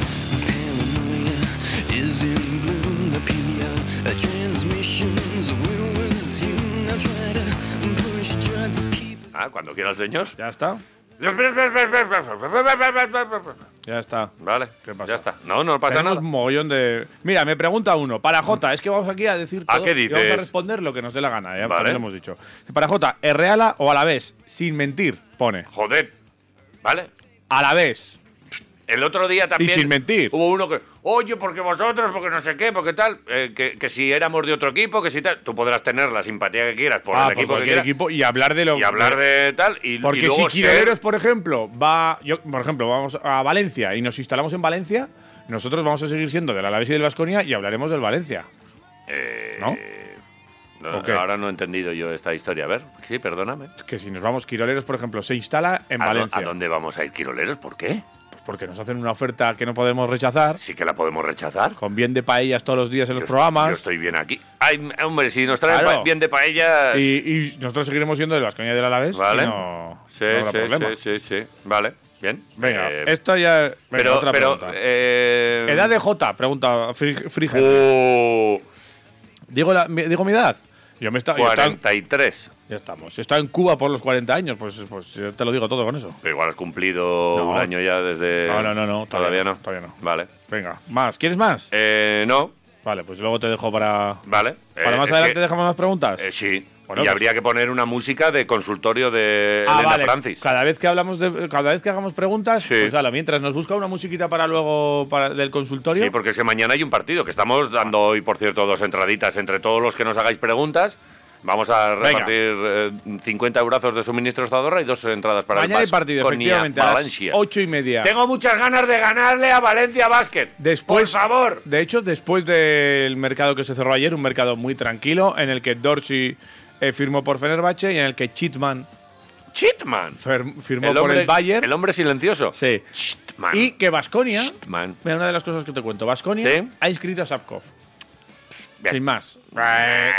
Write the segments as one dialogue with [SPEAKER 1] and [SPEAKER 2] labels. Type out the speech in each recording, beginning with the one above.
[SPEAKER 1] Paranoia is in bloom. The PR uh, transmissions will resume. I try to push, try to keep.
[SPEAKER 2] Ah, cuando quiera el señor.
[SPEAKER 3] Ya está. Ya está.
[SPEAKER 2] Vale,
[SPEAKER 3] ¿Qué pasa?
[SPEAKER 2] ya está. No, no pasa
[SPEAKER 3] Tenemos
[SPEAKER 2] nada.
[SPEAKER 3] mogollón de. Mira, me pregunta uno. Para J, es que vamos aquí a decir
[SPEAKER 2] ¿A Ah,
[SPEAKER 3] todo
[SPEAKER 2] qué
[SPEAKER 3] y vamos a
[SPEAKER 2] dices?
[SPEAKER 3] responder lo que nos dé la gana, ¿eh? ya
[SPEAKER 2] Vale.
[SPEAKER 3] también lo hemos dicho. Para J, ¿es reala o a la vez? Sin mentir, pone.
[SPEAKER 2] Joder. ¿Vale?
[SPEAKER 3] A la vez.
[SPEAKER 2] El otro día también.
[SPEAKER 3] sin mentir.
[SPEAKER 2] Hubo uno que. Oye, porque vosotros, porque no sé qué, porque tal. eh, que, que si éramos de otro equipo, que si tal. Tú podrás tener la simpatía que quieras por
[SPEAKER 3] Ah,
[SPEAKER 2] el
[SPEAKER 3] por
[SPEAKER 2] equipo que
[SPEAKER 3] cualquier
[SPEAKER 2] quieras.
[SPEAKER 3] equipo y hablar de lo
[SPEAKER 2] Y hablar de tal. Y, y
[SPEAKER 3] Porque si
[SPEAKER 2] luego ser-
[SPEAKER 3] Quiroleros, por ejemplo, va. Yo, por ejemplo, vamos a Valencia y nos instalamos en Valencia, nosotros vamos a seguir siendo del Alavés y del Vasconia y hablaremos del Valencia.
[SPEAKER 2] Eh,
[SPEAKER 3] ¿No?
[SPEAKER 2] no,
[SPEAKER 3] ¿O qué?
[SPEAKER 2] Ahora no he entendido yo esta historia. A ver, sí, perdóname.
[SPEAKER 3] Es que si nos vamos, Quiroleros, por ejemplo, se instala en
[SPEAKER 2] ¿A, do-
[SPEAKER 3] Valencia.
[SPEAKER 2] a dónde vamos a ir, Quiroleros? ¿Por qué?
[SPEAKER 3] Pues porque nos hacen una oferta que no podemos rechazar,
[SPEAKER 2] Sí que la podemos rechazar.
[SPEAKER 3] con bien de paellas todos los días
[SPEAKER 2] Yo
[SPEAKER 3] en los
[SPEAKER 2] est-
[SPEAKER 3] programas.
[SPEAKER 2] Yo estoy bien aquí. Ay, hombre, si nos traen
[SPEAKER 3] Claro.
[SPEAKER 2] pa- bien de paellas.
[SPEAKER 3] y, y nosotros seguiremos siendo del Vasconia y del Alavés.
[SPEAKER 2] Vale.
[SPEAKER 3] y No,
[SPEAKER 2] Sí,
[SPEAKER 3] no habrá
[SPEAKER 2] sí,
[SPEAKER 3] problema.
[SPEAKER 2] sí, sí, sí. Vale, bien.
[SPEAKER 3] Venga,
[SPEAKER 2] Eh,
[SPEAKER 3] esto ya. venga,
[SPEAKER 2] pero,
[SPEAKER 3] otra
[SPEAKER 2] pero,
[SPEAKER 3] pregunta.
[SPEAKER 2] eh,
[SPEAKER 3] edad de J, pregunta Fri- Friger.
[SPEAKER 2] Oh,
[SPEAKER 3] ¿Digo, la- mi- digo mi edad. Yo me estaba. yo estaba-
[SPEAKER 2] 43.
[SPEAKER 3] Ya estamos. Está en Cuba por los 40 años, pues, pues yo te lo digo todo con eso.
[SPEAKER 2] Pero igual has cumplido
[SPEAKER 3] No.
[SPEAKER 2] un año ya desde.
[SPEAKER 3] No, no, no, no,
[SPEAKER 2] Todavía,
[SPEAKER 3] todavía
[SPEAKER 2] no.
[SPEAKER 3] no, todavía no.
[SPEAKER 2] Vale.
[SPEAKER 3] Venga, más. ¿Quieres más?
[SPEAKER 2] Eh, no,
[SPEAKER 3] Vale, pues luego te dejo para.
[SPEAKER 2] vale.
[SPEAKER 3] Para
[SPEAKER 2] Eh,
[SPEAKER 3] más
[SPEAKER 2] es
[SPEAKER 3] adelante
[SPEAKER 2] que-
[SPEAKER 3] dejamos más preguntas.
[SPEAKER 2] eh, sí.
[SPEAKER 3] Bueno,
[SPEAKER 2] y
[SPEAKER 3] pues-
[SPEAKER 2] habría que poner una música de consultorio de
[SPEAKER 3] Ah,
[SPEAKER 2] Elena
[SPEAKER 3] vale.
[SPEAKER 2] Francis.
[SPEAKER 3] Cada vez que hablamos de, cada vez que hagamos preguntas,
[SPEAKER 2] Sí.
[SPEAKER 3] pues ala, mientras nos busca una musiquita para luego para, del consultorio.
[SPEAKER 2] Sí, porque es que mañana hay un partido que estamos dando hoy, por cierto, dos entraditas entre todos los que nos hagáis preguntas. Vamos a repartir eh, 50 eurazos de suministros de Zadorra y dos entradas para
[SPEAKER 3] Mañana
[SPEAKER 2] el
[SPEAKER 3] hay partido,
[SPEAKER 2] Baskonia
[SPEAKER 3] efectivamente, a las
[SPEAKER 2] Valencia.
[SPEAKER 3] ocho y media.
[SPEAKER 2] Tengo muchas ganas de ganarle a Valencia Basket.
[SPEAKER 3] Después,
[SPEAKER 2] por favor.
[SPEAKER 3] De hecho, después del mercado que se cerró ayer, un mercado muy tranquilo, en el que Dorsey eh, firmó por Fenerbahce y en el que Chitman
[SPEAKER 2] Chitman.
[SPEAKER 3] fer- firmó por el Bayern.
[SPEAKER 2] el hombre silencioso.
[SPEAKER 3] Sí.
[SPEAKER 2] Chitman.
[SPEAKER 3] Y que Vasconia.
[SPEAKER 2] Chitman.
[SPEAKER 3] Mira, una de las cosas que te cuento. Vasconia
[SPEAKER 2] Sí.
[SPEAKER 3] ha inscrito a Sapkov.
[SPEAKER 2] Bien.
[SPEAKER 3] Sin más.
[SPEAKER 2] Eh,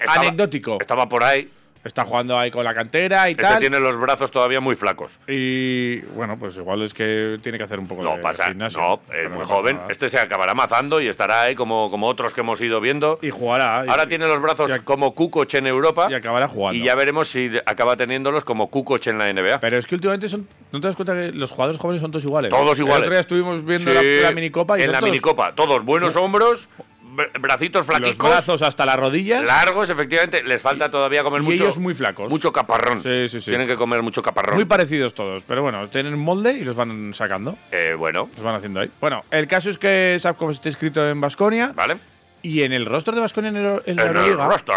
[SPEAKER 2] estaba-
[SPEAKER 3] Anecdótico.
[SPEAKER 2] Estaba por ahí.
[SPEAKER 3] Está jugando ahí con la cantera y
[SPEAKER 2] Este
[SPEAKER 3] tal.
[SPEAKER 2] tiene los brazos todavía muy flacos.
[SPEAKER 3] Y bueno, pues igual es que tiene que hacer un poco
[SPEAKER 2] No
[SPEAKER 3] de
[SPEAKER 2] pasa,
[SPEAKER 3] Pues, gimnasio.
[SPEAKER 2] no,
[SPEAKER 3] Pero
[SPEAKER 2] es
[SPEAKER 3] no
[SPEAKER 2] muy
[SPEAKER 3] pasa
[SPEAKER 2] joven.
[SPEAKER 3] nada.
[SPEAKER 2] Este se acabará mazando y estará ahí como, como otros que hemos ido viendo.
[SPEAKER 3] Y jugará.
[SPEAKER 2] Ahora
[SPEAKER 3] y,
[SPEAKER 2] tiene los brazos
[SPEAKER 3] y ac-
[SPEAKER 2] como Kukoc en Europa.
[SPEAKER 3] y acabará jugando.
[SPEAKER 2] Y ya veremos si de- acaba teniéndolos como Kukoc en la NBA.
[SPEAKER 3] Pero es que últimamente son, no te das cuenta que los jugadores jóvenes son todos iguales.
[SPEAKER 2] todos
[SPEAKER 3] El
[SPEAKER 2] iguales.
[SPEAKER 3] otro día estuvimos viendo la,
[SPEAKER 2] Sí,
[SPEAKER 3] la minicopa y
[SPEAKER 2] En
[SPEAKER 3] son
[SPEAKER 2] la
[SPEAKER 3] todos
[SPEAKER 2] minicopa. Todos buenos hombros, br- bracitos
[SPEAKER 3] los
[SPEAKER 2] flaquicos,
[SPEAKER 3] brazos hasta las rodillas.
[SPEAKER 2] largos, efectivamente. Les falta todavía comer
[SPEAKER 3] y
[SPEAKER 2] mucho.
[SPEAKER 3] ellos muy flacos.
[SPEAKER 2] Mucho caparrón.
[SPEAKER 3] Sí, sí, sí.
[SPEAKER 2] Tienen que comer mucho caparrón.
[SPEAKER 3] Muy parecidos todos. Pero bueno, tienen molde y los van sacando.
[SPEAKER 2] Eh, bueno,
[SPEAKER 3] Los van haciendo ahí. Bueno, el caso es que Sapkov está inscrito en Basconia
[SPEAKER 2] ¿vale?
[SPEAKER 3] y en el roster de Basconia en, el- en la
[SPEAKER 2] en el
[SPEAKER 3] Euroliga
[SPEAKER 2] roster.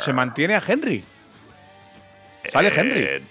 [SPEAKER 3] se mantiene a Henry. Sale Henry.
[SPEAKER 2] Eh,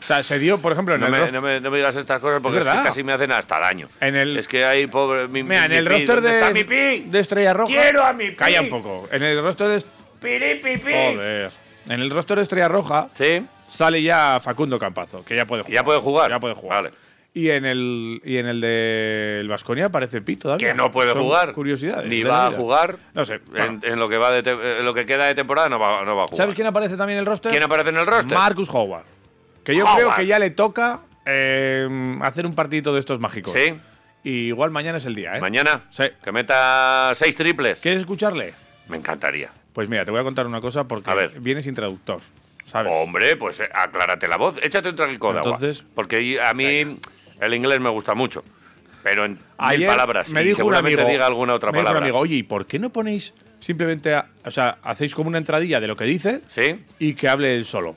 [SPEAKER 3] O sea, se dio, por ejemplo, en
[SPEAKER 2] no,
[SPEAKER 3] el
[SPEAKER 2] me,
[SPEAKER 3] roster.
[SPEAKER 2] no, me, no me digas estas cosas porque
[SPEAKER 3] Es
[SPEAKER 2] es que
[SPEAKER 3] verdad.
[SPEAKER 2] casi me hacen hasta daño.
[SPEAKER 3] En el-
[SPEAKER 2] es que hay pobre. Mi,
[SPEAKER 3] Mira, en
[SPEAKER 2] mi
[SPEAKER 3] el
[SPEAKER 2] pi,
[SPEAKER 3] roster
[SPEAKER 2] ¿dónde
[SPEAKER 3] de,
[SPEAKER 2] está mi pi?
[SPEAKER 3] de Estrella Roja.
[SPEAKER 2] Quiero a mi pi.
[SPEAKER 3] Calla un poco. En el roster de.
[SPEAKER 2] Piri, pi, pi.
[SPEAKER 3] Joder. En el roster de Estrella Roja
[SPEAKER 2] Sí.
[SPEAKER 3] sale ya Facundo Campazo, que ya puede jugar.
[SPEAKER 2] Ya puede jugar.
[SPEAKER 3] Ya puede jugar.
[SPEAKER 2] Vale.
[SPEAKER 3] Y en el y en el del Vasconia aparece Pi todavía.
[SPEAKER 2] Que no puede
[SPEAKER 3] Son
[SPEAKER 2] jugar.
[SPEAKER 3] Curiosidades.
[SPEAKER 2] Ni
[SPEAKER 3] de la
[SPEAKER 2] va a
[SPEAKER 3] vida.
[SPEAKER 2] jugar.
[SPEAKER 3] No sé. bueno.
[SPEAKER 2] En, en lo que va de te- en lo que queda de temporada no va, no va a jugar.
[SPEAKER 3] ¿Sabes quién aparece también en el roster?
[SPEAKER 2] ¿Quién aparece en el roster?
[SPEAKER 3] Marcus Howard. Que yo
[SPEAKER 2] Howard.
[SPEAKER 3] creo que ya le toca eh, hacer un partidito de estos mágicos.
[SPEAKER 2] Sí.
[SPEAKER 3] Y igual mañana es el día, ¿eh?
[SPEAKER 2] Mañana.
[SPEAKER 3] Sí.
[SPEAKER 2] Que meta seis triples.
[SPEAKER 3] ¿Quieres escucharle?
[SPEAKER 2] Me encantaría.
[SPEAKER 3] Pues mira, te voy a contar una cosa porque
[SPEAKER 2] A ver.
[SPEAKER 3] viene sin traductor. ¿Sabes?
[SPEAKER 2] Hombre, pues eh, aclárate la voz. Échate un traguico de
[SPEAKER 3] Entonces-
[SPEAKER 2] agua. Porque a mí el inglés me gusta mucho. Pero en mil
[SPEAKER 3] Ayer
[SPEAKER 2] palabras.
[SPEAKER 3] Me
[SPEAKER 2] y
[SPEAKER 3] dijo un
[SPEAKER 2] seguramente
[SPEAKER 3] amigo.
[SPEAKER 2] diga alguna otra
[SPEAKER 3] me dijo un
[SPEAKER 2] palabra.
[SPEAKER 3] amigo, oye, ¿y por qué no ponéis simplemente. a- o sea, hacéis como una entradilla de lo que dice
[SPEAKER 2] ¿Sí?
[SPEAKER 3] y que hable él solo.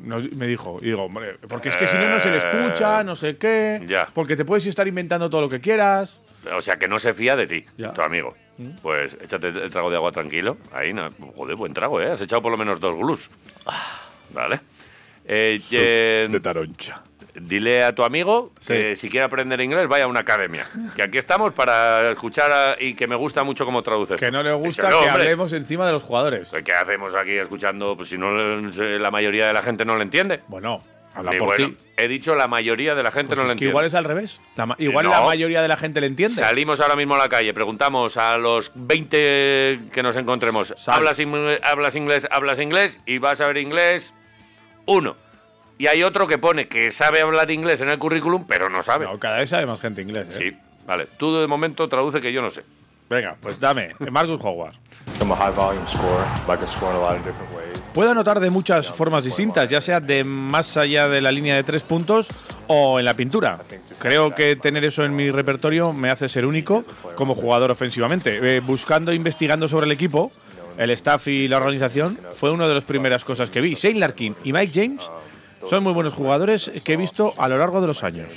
[SPEAKER 3] Nos- me dijo, y digo, hombre, porque es que si no, no se le escucha, no sé qué.
[SPEAKER 2] Eh, Ya.
[SPEAKER 3] Porque te puedes estar inventando todo lo que quieras.
[SPEAKER 2] O sea, que no se fía de ti,
[SPEAKER 3] Ya. ¿Mm?
[SPEAKER 2] tu amigo. Pues échate el trago de agua tranquilo. Ahí, no, joder, buen trago, ¿eh? Has echado por lo menos dos glus. Vale. Eh, eh,
[SPEAKER 3] taroncha.
[SPEAKER 2] Dile a tu amigo que si quiere aprender inglés, vaya a una academia. Que aquí estamos para escuchar a- y que me gusta mucho cómo traduces.
[SPEAKER 3] Que no le gusta
[SPEAKER 2] Eso no,
[SPEAKER 3] que
[SPEAKER 2] hombre.
[SPEAKER 3] hablemos encima de los jugadores.
[SPEAKER 2] ¿Qué hacemos aquí escuchando? Pues si no, eh, la mayoría de la gente no lo entiende.
[SPEAKER 3] Bueno, habla
[SPEAKER 2] Y
[SPEAKER 3] por
[SPEAKER 2] bueno,
[SPEAKER 3] ti.
[SPEAKER 2] He dicho la mayoría de la gente
[SPEAKER 3] Pues
[SPEAKER 2] no lo
[SPEAKER 3] es que
[SPEAKER 2] entiende.
[SPEAKER 3] igual es al revés. La ma- igual
[SPEAKER 2] No.
[SPEAKER 3] la mayoría de la gente le entiende.
[SPEAKER 2] Salimos ahora mismo a la calle, preguntamos a los 20 que nos encontremos.
[SPEAKER 3] Sal.
[SPEAKER 2] Hablas inglés, hablas inglés, hablas inglés y vas a ver inglés uno. Y hay otro que pone que sabe hablar inglés en el currículum, pero no sabe.
[SPEAKER 3] No, cada vez sabe más gente inglés. ¿eh?
[SPEAKER 2] Sí, vale. Tú de momento traduce que yo no sé.
[SPEAKER 3] Venga, pues dame. Marcus Howard.
[SPEAKER 4] I'm a high volume scorer. I can score in a lot of different ways.
[SPEAKER 3] Puede anotar de muchas formas distintas, ya sea de más allá de la línea de tres puntos o en la pintura. Creo que tener eso en mi repertorio me hace ser único como jugador ofensivamente. Eh, buscando e investigando sobre el equipo, el staff y la organización, fue una de las primeras cosas que vi. Shane Larkin y Mike James son muy buenos jugadores que he visto a lo largo de los años.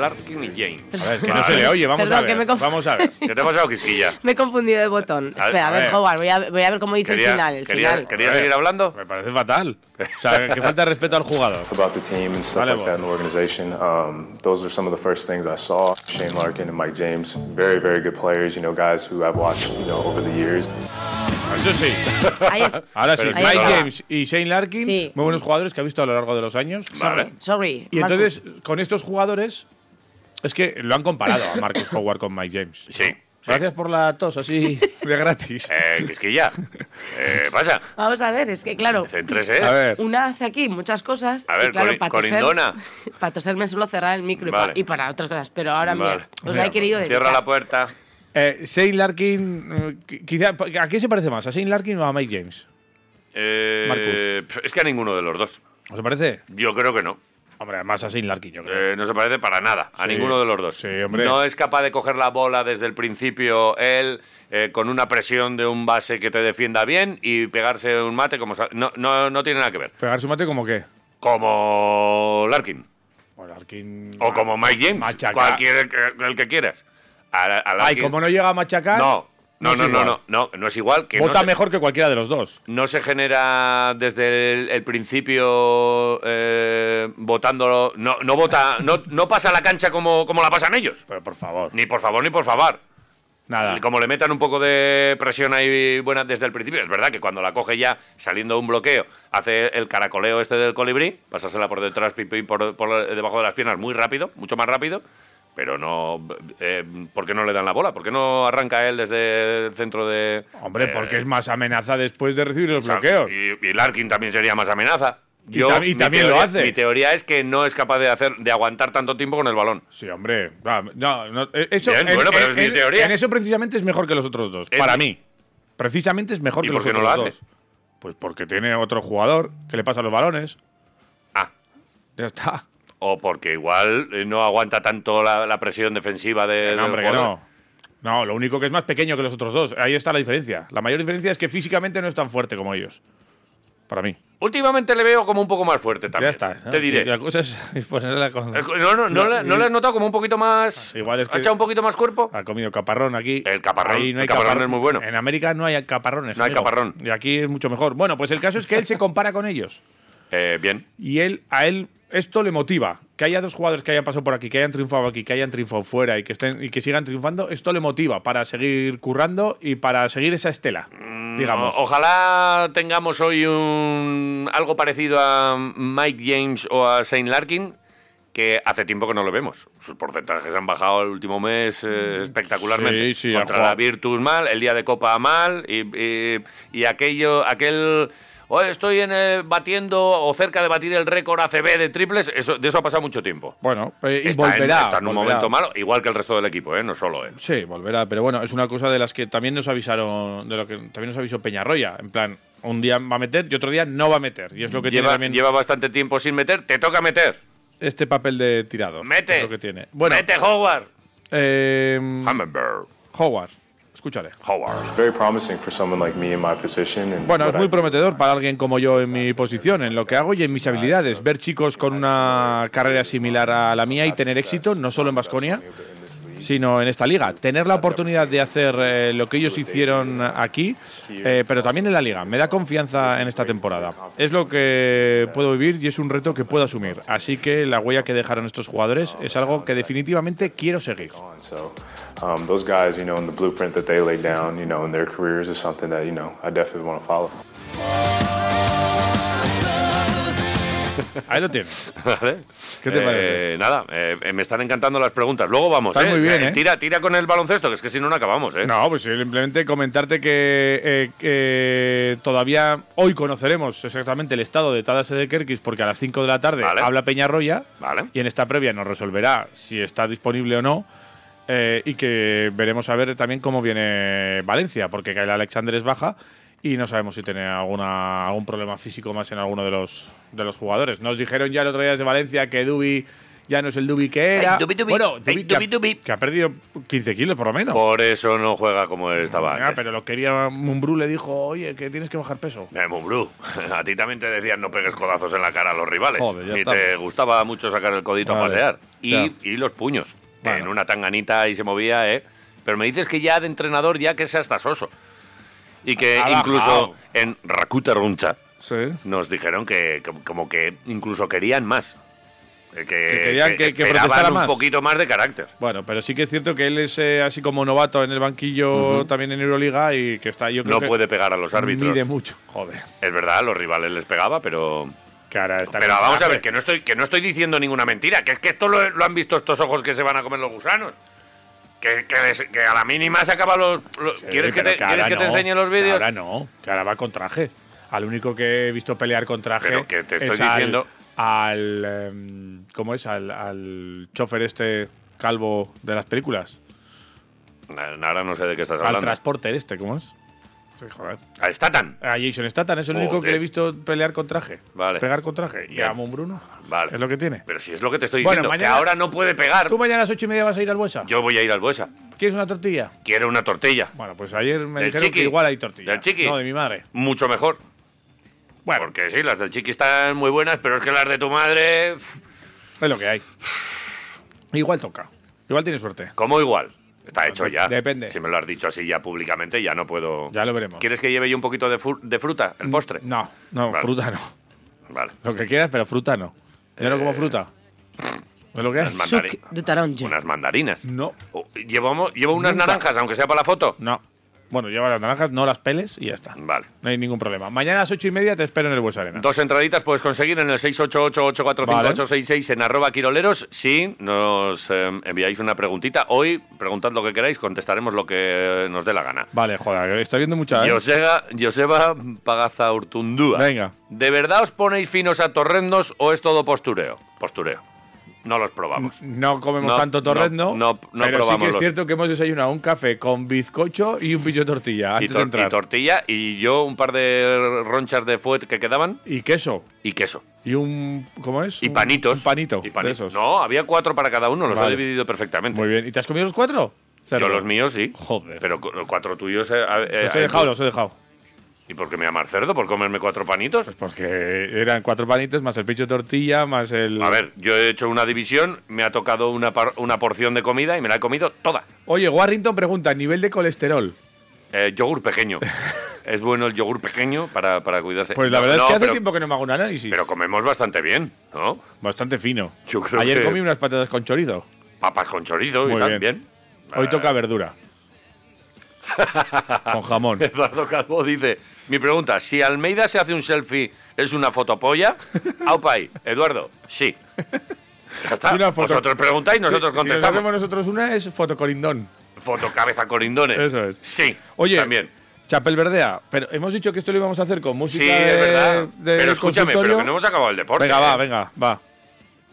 [SPEAKER 2] Larkin y James.
[SPEAKER 3] A ver, que no se le oye, vamos
[SPEAKER 5] Perdón,
[SPEAKER 3] a
[SPEAKER 5] que
[SPEAKER 3] ver.
[SPEAKER 5] me conf-
[SPEAKER 3] Vamos a ver.
[SPEAKER 2] Que te he pasado quisquilla.
[SPEAKER 5] Me he confundido de botón.
[SPEAKER 2] A-
[SPEAKER 5] Espera,
[SPEAKER 2] a
[SPEAKER 5] a ver,
[SPEAKER 2] ver.
[SPEAKER 5] Howard, voy a, voy a ver cómo dice
[SPEAKER 2] Quería-
[SPEAKER 5] el final. el
[SPEAKER 2] quería-
[SPEAKER 5] final.
[SPEAKER 2] quería- ¿Quieres seguir hablando?
[SPEAKER 3] Me parece fatal. O sea, que falta de respeto al jugador.
[SPEAKER 4] About the team and stuff
[SPEAKER 3] Vale,
[SPEAKER 4] like that in the organization. Um, those are some of the first things I saw. Shane Larkin and Mike James, very, very good players. You know, guys who I've watched, you know, over the years.
[SPEAKER 3] Eso sí.
[SPEAKER 5] Ahí es-
[SPEAKER 3] Ahora sí,
[SPEAKER 2] Pero
[SPEAKER 5] sí,
[SPEAKER 3] Mike
[SPEAKER 5] está.
[SPEAKER 3] James y Shane Larkin,
[SPEAKER 5] Sí.
[SPEAKER 3] muy buenos jugadores que ha visto a lo largo de los años.
[SPEAKER 2] Vale.
[SPEAKER 5] Sorry.
[SPEAKER 3] Y
[SPEAKER 5] Marcus.
[SPEAKER 3] entonces, con estos jugadores, es que lo han comparado a Marcus Howard con Mike James.
[SPEAKER 2] Sí. sí.
[SPEAKER 3] Gracias por la tos, así de gratis.
[SPEAKER 2] Eh, quisquilla. Eh, pasa.
[SPEAKER 5] Vamos a ver, es que claro.
[SPEAKER 2] Céntrese.
[SPEAKER 3] A ver.
[SPEAKER 5] Una hace aquí muchas cosas.
[SPEAKER 2] A
[SPEAKER 5] y
[SPEAKER 2] ver,
[SPEAKER 5] claro,
[SPEAKER 2] Cori-
[SPEAKER 5] para toser-
[SPEAKER 2] Corindona.
[SPEAKER 5] para toser me suelo cerrar el micro y pa-
[SPEAKER 2] Vale.
[SPEAKER 5] y para otras cosas. Pero ahora mira,
[SPEAKER 2] Vale.
[SPEAKER 5] os la he querido decir.
[SPEAKER 2] Cierra la puerta.
[SPEAKER 3] Eh, Shane Larkin, eh, qui- quizá, ¿a quién se parece más? ¿A Shane Larkin o a Mike James?
[SPEAKER 2] Eh, pf, Es que a ninguno de los dos.
[SPEAKER 3] ¿Os parece?
[SPEAKER 2] Yo creo que no.
[SPEAKER 3] Hombre, más a Shane Larkin, yo creo.
[SPEAKER 2] Eh, no se parece para nada a
[SPEAKER 3] Sí.
[SPEAKER 2] ninguno de los dos.
[SPEAKER 3] Sí, hombre.
[SPEAKER 2] No es capaz de coger la bola desde el principio él eh, con una presión de un base que te defienda bien y pegarse un mate como sa- no, no, no tiene nada que ver.
[SPEAKER 3] ¿Pegar su mate como qué?
[SPEAKER 2] Como Larkin
[SPEAKER 3] Bueno, Larkin.
[SPEAKER 2] o como Mike James,
[SPEAKER 3] Machaca-
[SPEAKER 2] cualquier el que, el que quieras. A, a
[SPEAKER 3] Ay,
[SPEAKER 2] Larkin-
[SPEAKER 3] como no llega a machacar.
[SPEAKER 2] no, no,
[SPEAKER 3] es
[SPEAKER 2] no, no,
[SPEAKER 3] igual.
[SPEAKER 2] no, no, no es igual que no
[SPEAKER 3] Vota
[SPEAKER 2] se-
[SPEAKER 3] mejor que cualquiera de los dos.
[SPEAKER 2] no se genera desde el, el principio eh, votándolo. No, no vota, no, no pasa la cancha como, como la pasan ellos.
[SPEAKER 3] Pero por favor.
[SPEAKER 2] Ni por favor, ni por favor.
[SPEAKER 3] Nada.
[SPEAKER 2] Y Como le metan un poco de presión ahí buena desde el principio, es verdad que cuando la coge ya saliendo de un bloqueo, hace el caracoleo este del colibrí, pasársela por detrás, pim, pim, por, por debajo de las piernas muy rápido, mucho más rápido, pero no. eh, ¿Por qué no le dan la bola? ¿Por qué no arranca él desde el centro de.
[SPEAKER 3] Hombre,
[SPEAKER 2] eh,
[SPEAKER 3] porque es más amenaza después de recibir los
[SPEAKER 2] o sea,
[SPEAKER 3] bloqueos.
[SPEAKER 2] Y, y Larkin también sería más amenaza.
[SPEAKER 3] Y tam- y
[SPEAKER 2] mi
[SPEAKER 3] también lo
[SPEAKER 2] teoría-
[SPEAKER 3] hace.
[SPEAKER 2] Mi teoría es que no es capaz de hacer, de aguantar tanto tiempo con el balón.
[SPEAKER 3] Sí, hombre. Ah, No, no, eh, eso,
[SPEAKER 2] Bien, bueno, pero es mi teoría.
[SPEAKER 3] en eso precisamente es mejor que los otros dos.
[SPEAKER 2] Es
[SPEAKER 3] para
[SPEAKER 2] mi-
[SPEAKER 3] mí. Precisamente es mejor
[SPEAKER 2] ¿Y
[SPEAKER 3] que
[SPEAKER 2] por
[SPEAKER 3] los
[SPEAKER 2] qué no
[SPEAKER 3] otros
[SPEAKER 2] lo
[SPEAKER 3] dos.
[SPEAKER 2] hace?
[SPEAKER 3] Pues porque tiene otro jugador que le pasa los balones.
[SPEAKER 2] Ah,
[SPEAKER 3] Ya está.
[SPEAKER 2] o porque igual eh, no aguanta tanto la, la presión defensiva de. del
[SPEAKER 3] no, hombre, que
[SPEAKER 2] jugador.
[SPEAKER 3] no. No, lo único que es más pequeño que los otros dos. Ahí está la diferencia. La mayor diferencia es que físicamente no es tan fuerte como ellos. Para mí.
[SPEAKER 2] Últimamente le veo como un poco más fuerte también.
[SPEAKER 3] Ya está. ¿no?
[SPEAKER 2] Te
[SPEAKER 3] Sí,
[SPEAKER 2] diré.
[SPEAKER 3] la cosa es ponerla con-
[SPEAKER 2] El- No, no, no, le- no le has notado como un poquito más.
[SPEAKER 3] Igual es
[SPEAKER 2] ¿Ha
[SPEAKER 3] que- Ah.
[SPEAKER 2] echado un poquito más cuerpo?
[SPEAKER 3] Ha comido caparrón aquí.
[SPEAKER 2] El caparrón.
[SPEAKER 3] Ahí
[SPEAKER 2] El caparrón
[SPEAKER 3] capar-
[SPEAKER 2] es muy bueno.
[SPEAKER 3] En América no hay caparrones.
[SPEAKER 2] No hay
[SPEAKER 3] amigo.
[SPEAKER 2] caparrón.
[SPEAKER 3] Y aquí es mucho mejor. Bueno, pues el caso es que él se compara con ellos.
[SPEAKER 2] Eh, bien.
[SPEAKER 3] Y él, a él, esto le motiva. Que haya dos jugadores que hayan pasado por aquí, que hayan triunfado aquí, que hayan triunfado fuera y que, estén, y que sigan triunfando, esto le motiva para seguir currando y para seguir esa estela, digamos.
[SPEAKER 2] Mm, O- ojalá tengamos hoy un algo parecido a Mike James o a Shane Larkin, que hace tiempo que no lo vemos. Sus porcentajes han bajado el último mes eh, espectacularmente.
[SPEAKER 3] Mm, Sí, sí, han
[SPEAKER 2] Contra la
[SPEAKER 3] jugado.
[SPEAKER 2] Virtus mal, el día de Copa mal, y, y- y aquello, aquel. "Oh, estoy en el- batiendo o cerca de batir el récord ACB de triples. Eso, de eso ha pasado mucho tiempo.
[SPEAKER 3] Bueno, eh, y
[SPEAKER 2] Está en-
[SPEAKER 3] volverá.
[SPEAKER 2] está en un
[SPEAKER 3] volverá.
[SPEAKER 2] momento malo, igual que el resto del equipo, ¿eh? no solo él.
[SPEAKER 3] Sí, volverá, pero bueno, es una cosa de las que también nos avisaron, de lo que también nos avisó Peñarroya, en plan, un día va a meter y otro día no va a meter, y es lo que tiene
[SPEAKER 2] Lleva,
[SPEAKER 3] también
[SPEAKER 2] lleva bastante tiempo sin meter, te toca meter.
[SPEAKER 3] este papel de tirado.
[SPEAKER 2] Mete.
[SPEAKER 3] es lo que tiene. Bueno,
[SPEAKER 2] Mete, Howard.
[SPEAKER 3] eh,
[SPEAKER 2] Hummingbird.
[SPEAKER 3] Howard, escúchale.
[SPEAKER 2] Howard.
[SPEAKER 4] Very promising for someone like me in my position. And
[SPEAKER 3] Bueno, es
[SPEAKER 4] what
[SPEAKER 3] muy
[SPEAKER 4] I-
[SPEAKER 3] prometedor para alguien como yo en mi posición, en lo que hago y en mis habilidades. Ver chicos con una carrera similar a la mía y tener éxito, no solo en Vasconia, sino en esta liga. Tener la oportunidad de hacer eh, lo que ellos hicieron aquí, eh, pero también en la liga. Me da confianza en esta temporada. Es lo que puedo vivir y es un reto que puedo asumir. Así que la huella que dejaron estos jugadores es algo que definitivamente quiero seguir.
[SPEAKER 4] on. So um, those guys, you know, and the blueprint that they laid down, you know, in their careers is something that, you know, I definitely want to follow.
[SPEAKER 3] Ahí lo tienes.
[SPEAKER 2] ¿Vale?
[SPEAKER 3] ¿Qué te
[SPEAKER 2] Eh,
[SPEAKER 3] parece?
[SPEAKER 2] Nada, eh, me están encantando las preguntas. Luego vamos.
[SPEAKER 3] Estás muy bien, ¿eh?
[SPEAKER 2] Tira, tira con el baloncesto, que es que si no, no acabamos. ¿eh?
[SPEAKER 3] No, pues simplemente comentarte que eh, que todavía hoy conoceremos exactamente el estado de Tadase de Kerkis porque a las 5 de la tarde
[SPEAKER 2] Vale.
[SPEAKER 3] habla Peñarroya
[SPEAKER 2] Vale.
[SPEAKER 3] y en esta previa nos resolverá si está disponible o no eh, y que veremos a ver también cómo viene Valencia porque Kyle Alexander es baja y no sabemos si tiene alguna, algún problema físico más en alguno de los, de los jugadores. Nos dijeron ya el otro día desde Valencia que Dubi ya no es el Dubi que era.
[SPEAKER 2] Ay, Dubi, Dubi.
[SPEAKER 3] Bueno,
[SPEAKER 2] Ay,
[SPEAKER 3] Dubi que, ha-
[SPEAKER 2] Dubi, Dubi.
[SPEAKER 3] que ha perdido 15 kilos por lo menos.
[SPEAKER 2] Por eso no juega como estaba
[SPEAKER 3] Ah,
[SPEAKER 2] antes.
[SPEAKER 3] pero lo quería Mumbrú le dijo, oye, que tienes que bajar peso.
[SPEAKER 2] Eh, Mumbrú, a ti también te decían no pegues codazos en la cara a los rivales.
[SPEAKER 3] Joder, ya
[SPEAKER 2] y
[SPEAKER 3] está.
[SPEAKER 2] te gustaba mucho sacar el codito a
[SPEAKER 3] Vale,
[SPEAKER 2] pasear.
[SPEAKER 3] ya.
[SPEAKER 2] Y, y los puños. que
[SPEAKER 3] Bueno.
[SPEAKER 2] En una tanganita y se movía, ¿eh? Pero me dices que ya de entrenador ya que es hasta soso. Y que
[SPEAKER 3] Ha bajado.
[SPEAKER 2] incluso en Rakuta Runcha
[SPEAKER 3] Sí.
[SPEAKER 2] nos dijeron que, que- como que incluso querían más. Eh, Que,
[SPEAKER 3] querían que- que
[SPEAKER 2] esperaban
[SPEAKER 3] protestara
[SPEAKER 2] un
[SPEAKER 3] más.
[SPEAKER 2] poquito más de carácter.
[SPEAKER 3] Bueno, pero sí que es cierto que él es eh, así como novato en el banquillo también en Euroliga y que está, yo creo
[SPEAKER 2] No
[SPEAKER 3] que
[SPEAKER 2] puede pegar a los árbitros.
[SPEAKER 3] mide mucho. Joder.
[SPEAKER 2] Es verdad, los rivales les pegaba, pero
[SPEAKER 3] Cara, está
[SPEAKER 2] Pero
[SPEAKER 3] bien.
[SPEAKER 2] vamos a ver, que no estoy, que no estoy diciendo ninguna mentira, que es que esto lo, lo han visto estos ojos que se van a comer los gusanos. Que, que les- que a la mínima se acaban los. los-
[SPEAKER 3] Sí,
[SPEAKER 2] ¿Quieres, que
[SPEAKER 3] pero
[SPEAKER 2] te, ¿quieres
[SPEAKER 3] ahora
[SPEAKER 2] que te
[SPEAKER 3] no,
[SPEAKER 2] enseñe los
[SPEAKER 3] que
[SPEAKER 2] vídeos?
[SPEAKER 3] Ahora no, que ahora va con traje. Al único que he visto pelear con traje.
[SPEAKER 2] Pero que te estoy
[SPEAKER 3] es al-
[SPEAKER 2] diciendo-
[SPEAKER 3] Al. em, ¿Cómo es? Al, al chofer este calvo de las películas.
[SPEAKER 2] Na- Ahora no sé de qué estás
[SPEAKER 3] Al
[SPEAKER 2] hablando.
[SPEAKER 3] transporter este, ¿cómo es? Sí, joder.
[SPEAKER 2] Ah, está tan.
[SPEAKER 3] A Jason Statham es el único
[SPEAKER 2] Joder.
[SPEAKER 3] que le he visto pelear con traje.
[SPEAKER 2] Vale.
[SPEAKER 3] Pegar con traje. Y
[SPEAKER 2] Bien.
[SPEAKER 3] a Mon Bruno.
[SPEAKER 2] Vale.
[SPEAKER 3] Es lo que tiene.
[SPEAKER 2] Pero si es lo que te estoy
[SPEAKER 3] Bueno,
[SPEAKER 2] diciendo,
[SPEAKER 3] mañana-
[SPEAKER 2] que ahora no puede pegar.
[SPEAKER 3] ¿Tú mañana a las ocho y media vas a ir al Buesa?
[SPEAKER 2] Yo voy a ir al Buesa.
[SPEAKER 3] ¿Quieres una tortilla?
[SPEAKER 2] Quiero una tortilla.
[SPEAKER 3] Bueno, pues ayer me
[SPEAKER 2] Del
[SPEAKER 3] dijeron
[SPEAKER 2] chiqui.
[SPEAKER 3] que igual hay tortilla.
[SPEAKER 2] Del chiqui.
[SPEAKER 3] No, de mi madre.
[SPEAKER 2] Mucho mejor. Bueno. Porque sí, las del chiqui están muy buenas, pero es que las de tu madre. pff,
[SPEAKER 3] Es lo que hay. Igual toca. Igual tiene suerte.
[SPEAKER 2] Como igual. Está hecho ya.
[SPEAKER 3] Depende.
[SPEAKER 2] Si me lo has dicho así ya públicamente, ya no puedo.
[SPEAKER 3] Ya lo veremos. Mm.
[SPEAKER 2] ¿Quieres que lleve yo un poquito de, fru- de fruta? ¿El postre?
[SPEAKER 3] No, no,
[SPEAKER 2] Vale.
[SPEAKER 3] fruta no.
[SPEAKER 2] Vale.
[SPEAKER 3] Lo que quieras, pero fruta no. Yo no como
[SPEAKER 2] Eh,
[SPEAKER 3] fruta. ¿Es lo que hay?
[SPEAKER 2] Las
[SPEAKER 5] Suc
[SPEAKER 2] mandari-
[SPEAKER 5] de taronja.
[SPEAKER 2] unas mandarinas.
[SPEAKER 3] No,
[SPEAKER 2] Oh, ¿Llevamos, ¿Llevo unas
[SPEAKER 3] Nunca.
[SPEAKER 2] naranjas, aunque sea para la foto?
[SPEAKER 3] no. Bueno, lleva las naranjas, no las peles y ya está.
[SPEAKER 2] Vale.
[SPEAKER 3] No hay ningún problema. Mañana a las ocho y media te espero en el Buesa Arena.
[SPEAKER 2] Dos entraditas puedes conseguir en el 688-845-866 en arroba quiroleros. Si nos eh, enviáis una preguntita, hoy preguntad lo que queráis, contestaremos lo que eh, nos dé la gana.
[SPEAKER 3] Vale, joder, estoy viendo mucha. ¿eh?
[SPEAKER 2] Joseba, Joseba Pagaza Urtundúa.
[SPEAKER 3] Venga.
[SPEAKER 2] ¿De verdad os ponéis finos a torrendos o es todo postureo? Postureo. No los probamos.
[SPEAKER 3] No comemos
[SPEAKER 2] No,
[SPEAKER 3] tanto
[SPEAKER 2] no,
[SPEAKER 3] torrendo.
[SPEAKER 2] no, no
[SPEAKER 3] pero sí
[SPEAKER 2] probamos
[SPEAKER 3] que es
[SPEAKER 2] los-
[SPEAKER 3] cierto que hemos desayunado un café con bizcocho y un pillo de
[SPEAKER 2] Y,
[SPEAKER 3] tortilla antes de
[SPEAKER 2] tor- y
[SPEAKER 3] entrar.
[SPEAKER 2] tortilla y yo un par de ronchas de fuet que quedaban
[SPEAKER 3] Y queso.
[SPEAKER 2] y queso.
[SPEAKER 3] Y un. ¿Cómo es?
[SPEAKER 2] Y
[SPEAKER 3] Un-
[SPEAKER 2] panitos.
[SPEAKER 3] Un panito.
[SPEAKER 2] Y
[SPEAKER 3] de
[SPEAKER 2] pani-
[SPEAKER 3] esos.
[SPEAKER 2] No, había cuatro para cada uno, los
[SPEAKER 3] Vale.
[SPEAKER 2] he dividido perfectamente.
[SPEAKER 3] Muy bien. ¿Y te has comido los cuatro? Cerdo.
[SPEAKER 2] Yo los míos sí.
[SPEAKER 3] Joder.
[SPEAKER 2] Pero cu- los cuatro tuyos. eh, eh,
[SPEAKER 3] Los he
[SPEAKER 2] eh,
[SPEAKER 3] dejado, los he dejado.
[SPEAKER 2] ¿Y por qué me llamar cerdo? ¿Por comerme cuatro panitos?
[SPEAKER 3] Porque eran cuatro panitos más el picho de tortilla más el.
[SPEAKER 2] A ver, yo he hecho una división, me ha tocado una, par- una porción de comida y me la he comido toda.
[SPEAKER 3] Oye, Warrington pregunta: nivel de colesterol.
[SPEAKER 2] Eh, yogur pequeño. es bueno el yogur pequeño para, para cuidarse.
[SPEAKER 3] Pues la verdad
[SPEAKER 2] No,
[SPEAKER 3] es que hace
[SPEAKER 2] pero-
[SPEAKER 3] tiempo que no me hago un análisis.
[SPEAKER 2] Pero comemos bastante bien, ¿no?
[SPEAKER 3] Bastante fino.
[SPEAKER 2] Yo creo
[SPEAKER 3] Ayer
[SPEAKER 2] que-
[SPEAKER 3] comí unas patatas con chorizo.
[SPEAKER 2] Papas con chorizo y
[SPEAKER 3] Muy
[SPEAKER 2] tal,
[SPEAKER 3] bien.
[SPEAKER 2] bien.
[SPEAKER 3] Hoy
[SPEAKER 2] Ah.
[SPEAKER 3] toca verdura. con jamón.
[SPEAKER 2] Eduardo Calvo dice, mi pregunta, si Almeida se hace un selfie, ¿es una fotopolla? Aupai, Eduardo, sí. Ya está.
[SPEAKER 3] Y una foto-
[SPEAKER 2] Vosotros preguntáis, nosotros
[SPEAKER 3] Sí, Si nos
[SPEAKER 2] contestamos.
[SPEAKER 3] hacemos nosotros una es fotocorindón.
[SPEAKER 2] Foto cabeza corindones.
[SPEAKER 3] Eso es.
[SPEAKER 2] Sí.
[SPEAKER 3] Oye,
[SPEAKER 2] También.
[SPEAKER 3] Chapel Verdea, pero hemos dicho que esto lo íbamos a hacer con música.
[SPEAKER 2] Sí,
[SPEAKER 3] de-
[SPEAKER 2] es verdad.
[SPEAKER 3] de
[SPEAKER 2] pero escúchame, pero
[SPEAKER 3] consultorio.
[SPEAKER 2] que no hemos acabado el deporte.
[SPEAKER 3] Venga, va,
[SPEAKER 2] ¿eh?
[SPEAKER 3] venga, va.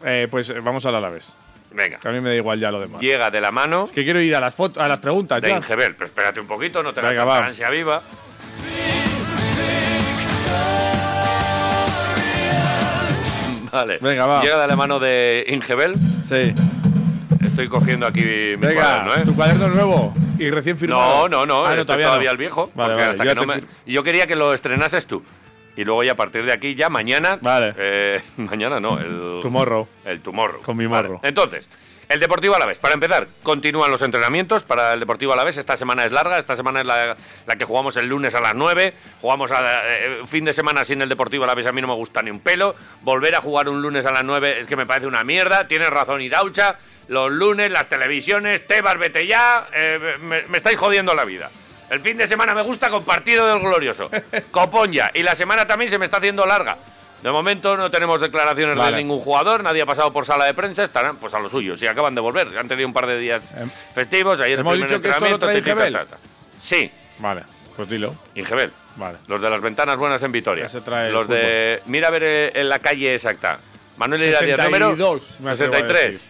[SPEAKER 3] Eh, pues eh, vamos al Alavés.
[SPEAKER 2] Venga.
[SPEAKER 3] Que a mí me da igual ya lo demás.
[SPEAKER 2] Llega de la mano
[SPEAKER 3] Es que quiero ir a las fotos, a las preguntas
[SPEAKER 2] de
[SPEAKER 3] ya.
[SPEAKER 2] Ingebel. Pero espérate un poquito, no te
[SPEAKER 3] Venga,
[SPEAKER 2] hagas
[SPEAKER 3] va.
[SPEAKER 2] tanta ansia viva. Vale.
[SPEAKER 3] Venga, va.
[SPEAKER 2] Llega de la mano de Ingebel.
[SPEAKER 3] Sí.
[SPEAKER 2] Estoy cogiendo aquí mi
[SPEAKER 3] Venga,
[SPEAKER 2] cuaderno, ¿eh?
[SPEAKER 3] tu cuaderno nuevo y recién firmado.
[SPEAKER 2] No, no, no,
[SPEAKER 3] Ah,
[SPEAKER 2] este es todavía, el viejo.
[SPEAKER 3] Vale,
[SPEAKER 2] porque
[SPEAKER 3] vale,
[SPEAKER 2] hasta
[SPEAKER 3] yo
[SPEAKER 2] que no
[SPEAKER 3] te
[SPEAKER 2] me-
[SPEAKER 3] fir-
[SPEAKER 2] yo quería que lo estrenases tú. Y luego ya a partir de aquí, ya mañana.
[SPEAKER 3] Vale.
[SPEAKER 2] eh, mañana no, el.
[SPEAKER 3] Tomorrow.
[SPEAKER 2] El tumorro.
[SPEAKER 3] Con mi
[SPEAKER 2] Vale.
[SPEAKER 3] morro.
[SPEAKER 2] Entonces, el Deportivo Alavés, para empezar, continúan los entrenamientos para el Deportivo Alavés. Esta semana es larga, esta semana es la, la que jugamos el lunes a las 9. Jugamos a la- eh, fin de semana sin el Deportivo Alavés, a mí no me gusta ni un pelo. Volver a jugar un lunes a las 9 es que me parece una mierda. Tienes razón, Idaucha. Los lunes, las televisiones, Tebas, vete ya. eh, me- me estáis jodiendo la vida. El fin de semana me gusta con partido del glorioso. Copón ya. Y la semana también se me está haciendo larga. De momento no tenemos declaraciones
[SPEAKER 3] Vale.
[SPEAKER 2] de ningún jugador, nadie ha pasado por sala de prensa, estarán pues a lo suyo. Si acaban de volver, han tenido un par de días
[SPEAKER 3] Em,
[SPEAKER 2] festivos, ayer
[SPEAKER 3] hemos
[SPEAKER 2] el primer
[SPEAKER 3] dicho que esto lo
[SPEAKER 2] entrenamiento,
[SPEAKER 3] trae
[SPEAKER 2] tiki, ta,
[SPEAKER 3] Ingebel.
[SPEAKER 2] ta, ta. Sí,
[SPEAKER 3] Vale, pues dilo.
[SPEAKER 2] Ingebel.
[SPEAKER 3] Vale.
[SPEAKER 2] Los de las ventanas buenas en Vitoria.
[SPEAKER 3] Ya se trae el
[SPEAKER 2] Los de. Mira a ver eh, en la calle exacta. Manuel Iradias, número
[SPEAKER 3] 62. me atrevo a
[SPEAKER 2] 63.
[SPEAKER 3] decir.